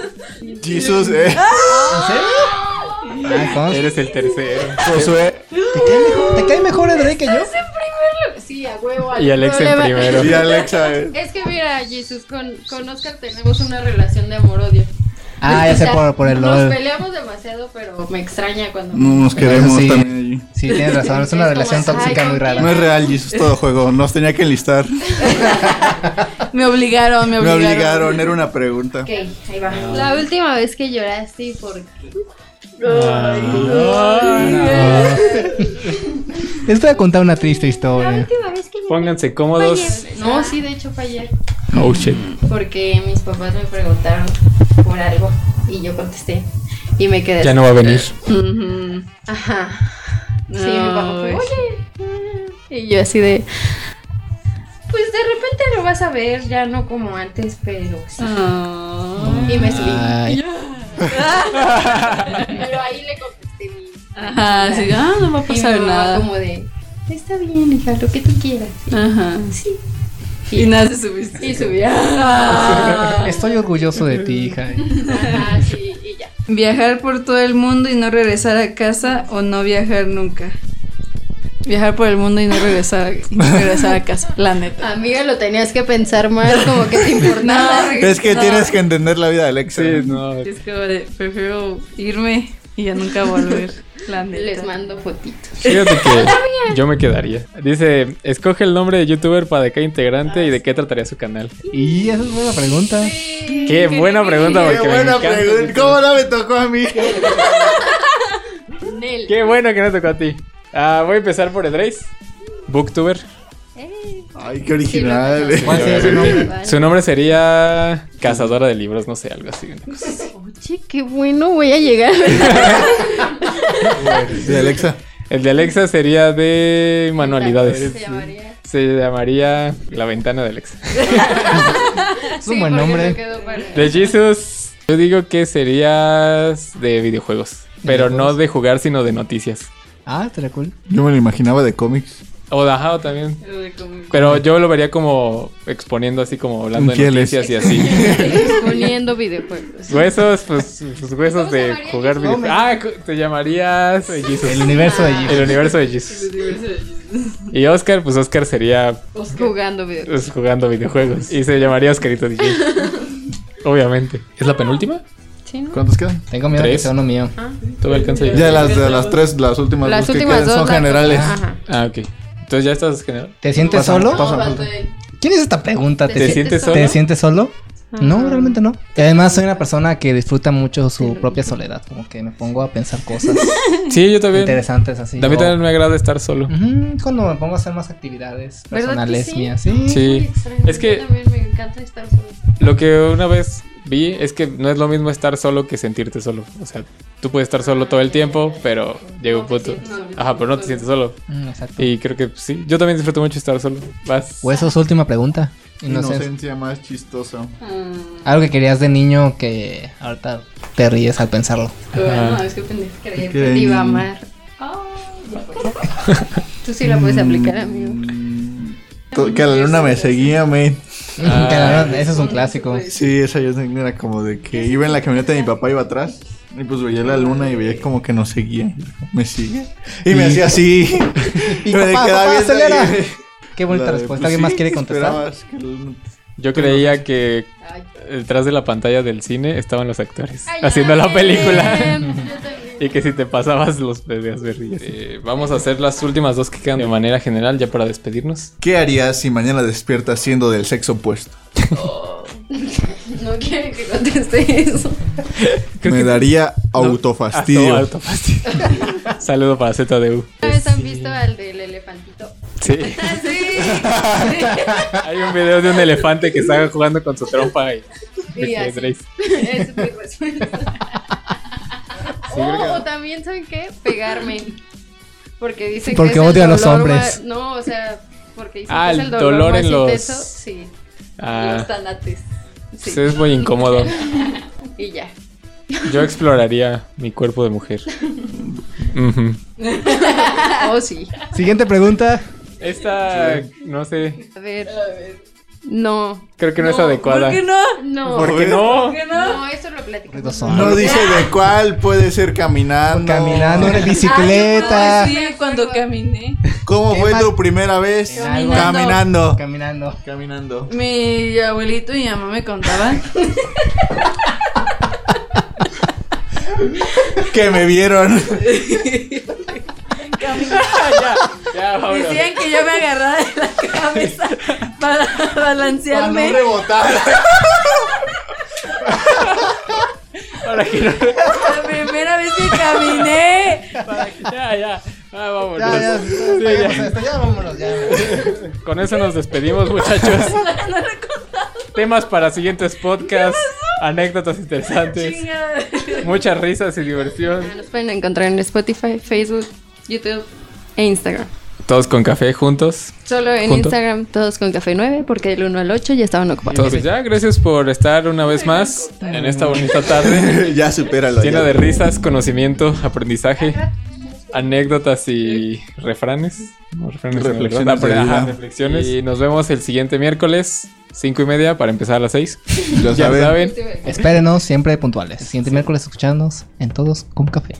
Jesus. eh, Ah, entonces, eres el tercero. Josué. ¿Te cae mejor, te cae mejor Edrey que yo? Estás en primer lugar. Sí, a huevo. Y Alex en Problema- primero. Y Alexa. eh. Es que mira, Jesús, con, con Oscar tenemos una relación de amor-odio. Ah, ya sé por, por el Nos LOL. peleamos demasiado, pero me extraña cuando. No nos queremos Eso sí. también allí. Sí, tienes razón, es una Es relación como, ay, tóxica muy ¿con rara. No es real, Jesus, todo juego. Nos tenía que enlistar. Me obligaron, me Me obligaron. obligaron, era una pregunta. Ok, ahí va. La última vez que lloraste, ¿por qué? Les voy a contar una triste La historia. última vez que lloraste. Pónganse fue cómodos. ayer. No, sí, de hecho fue ayer. Oh shit. Porque mis papás me preguntaron por algo y yo contesté. Y me quedé. Ya no va a venir. Ujú. Ajá. Sí, mi No, papá fue, es- oye. ah", Y yo así de. Pues de repente lo vas a ver, ya no como antes, pero sí. Ah. Y me subí. Ay, Pero ahí le contesté mi. Ajá, sí, ah, no va y a mi pasar mamá nada. Como de. Está bien, hija, lo que tú quieras. Ajá. Sí. Y nada, se subiste. Y subí. ah. estoy orgulloso de ti, hija. Ajá, sí, y ya. Viajar por todo el mundo y no regresar a casa o no viajar nunca. Viajar por el mundo y no regresar, y no regresar a casa, la neta. Amiga, lo tenías que pensar más, como que te importaba. Es que tienes que entender la vida de Alexa. Sí, no. Es que ahora prefiero irme y ya nunca volver, la neta. Les mando fotitos. Fíjate que yo me quedaría. Dice, escoge el nombre de youtuber para de qué integrante y de qué trataría su canal. Y esa es buena pregunta. Qué buena pregunta, Qué porque me buena encanta pregunta. YouTube. ¿Cómo no me tocó a mí? Nel. Qué bueno que no tocó a ti. Ah, voy a empezar por Edreis, booktuber. Eh, Ay, qué original. Sí, ¿Cuál sería su nombre? vale. Su nombre sería cazadora de libros, no sé, algo así. una cosa. Oye, qué bueno, voy a llegar. De Alexa. El de Alexa sería de manualidades. Se llamaría. Se llamaría La ventana de Alexa. Es un buen nombre. De Jesus, yo digo que serías de videojuegos, pero no de jugar, sino de noticias. Ah, te la cool. Yo me lo imaginaba de cómics. O Dajao también. Lo de como- Pero yo lo vería como exponiendo así, como hablando Infieles. de noticias y así. Poniendo videojuegos. Huesos, pues, sus huesos ¿Cómo se de llamaría jugar Jesus? videojuegos. Ah, cu- te llamarías Jesus. El universo de El Jim. universo de Jesus. Lo de- Y Oscar, pues Oscar sería Oscar. Jugando videojuegos. pues, jugando videojuegos. Y se llamaría Oscarito DJ. Obviamente. ¿Es la penúltima? Sí, ¿no? ¿Cuántas quedan? Tengo miedo que Tres. sea uno mío. Todo alcanza Ya las de las tres, las últimas Las dos que últimas quedan dos son las- generales. Ajá. Ah, ok. Entonces ya estás general. ¿Te sientes Pasa, solo? pasa. No, falta él. ¿Quién es esta pregunta? ¿Te ¿Te, sientes ¿Te solo? sientes solo? No, Ah. realmente no. Y además soy una persona que disfruta mucho su propia soledad. Como que me pongo a pensar cosas Sí, yo también. interesantes así. También, o- también me agrada estar solo. Mm. Ujú, Cuando me pongo a hacer más actividades ¿Verdad que personales sí? mías. Sí. Sí. Es Yo que también me encanta estar sola. lo que una vez vi es que no es lo mismo estar solo que sentirte solo. O sea, tú puedes estar solo todo el tiempo, pero llega un punto. Ajá, pero no te sientes solo. Mm, exacto. Y creo que pues, sí. Yo también disfruto mucho estar solo. Vas. Huesos, última pregunta. Inocencia. Inocencia más chistosa. Ah, Algo que querías de niño que ahorita te ríes al pensarlo. bueno, es que pendejo. Creer que Ah, que te iba a ni- amar. Tú sí la puedes aplicar, amigo. Mm. To- Que la luna me seguía, me. Ah. Que la verdad, ese es un clásico. Sí, esa yo tenía, era como de que iba en la camioneta de mi papá, iba atrás. Y pues veía la luna y veía como que nos seguía. Me sigue. Y, me Y- hacía así. Y me papá, quedaba papá, viendo acelera. ahí. Qué bonita La de, respuesta. pues, ¿Alguien más sí, quiere ¿qué contestar? esperabas? Que la luna- Yo creía que detrás de la pantalla del cine estaban los actores Ay, haciendo la también. película. Yo también. Y que si te pasabas los pedías berrillas. vamos a hacer las últimas dos que quedan de manera general ya para despedirnos. ¿Qué harías si mañana despiertas siendo del sexo opuesto? No quiere que conteste eso. Creo me que- daría No, autofastidio. Ah, no, autofastidio. Saludo para ZDU. ¿Una vez han visto al del elefantito? Sí. Ah, Sí. Hay un video de un elefante que está jugando con su trompa y Y así. ajedrez. Sí, Es mi respuesta. creo que- Oh, también, ¿saben qué? Pegarme. Porque dicen Porque que es el odio a los dolor hombres. ma- No, o sea, porque dicen Ah, que es el el dolor, dolor más en los- intenso. Sí, Ah, los tanates. Sí, pues es muy incómodo. y ya. Yo exploraría mi cuerpo de mujer. Ujú. Oh, sí. Siguiente pregunta. Esta, no sé, A ver. No. creo que no, es adecuada. ¿Por qué no? No. ¿Por qué ¿Por no? qué no? No, eso lo platicamos. Son- No dice de cuál, puede ser caminando. Caminando en Ah, bicicleta. yo sí, cuando caminé. ¿Cómo ¿Qué fue más? tu primera vez? En algo. Caminando. Caminando. Caminando. Mi abuelito y mi mamá me contaban. Que me vieron. ya, ya, vámonos. Decían que yo me agarraba de la cabeza Para para no balancearme. rebotar. Para que no- La primera vez que caminé. Ya, ya. Ah, vámonos. Ya, ya, Sí, ya, ya. ya, ya, vámonos, ya. Con eso nos despedimos, muchachos. Temas para siguientes podcasts, anécdotas interesantes, Chingada. muchas risas y diversión. Nos pueden encontrar en Spotify, Facebook, YouTube e Instagram. Todos con café juntos. Solo en Junto. Instagram, todos con Café 9, porque del 1 al 8 ya estaban ocupados. Entonces pues ya, gracias por estar una vez más en esta bonita tarde ya supéralo. llena ya. de risas, conocimiento, aprendizaje, anécdotas y refranes. No, refranes no, ¿verdad? Reflexiones de Pero, ajá, vida. reflexiones. Y nos vemos el siguiente miércoles, cinco y media, para empezar a las seis. Ya Ya saben. saben. Espérenos siempre puntuales. Siguiente miércoles escuchándonos en todos con café.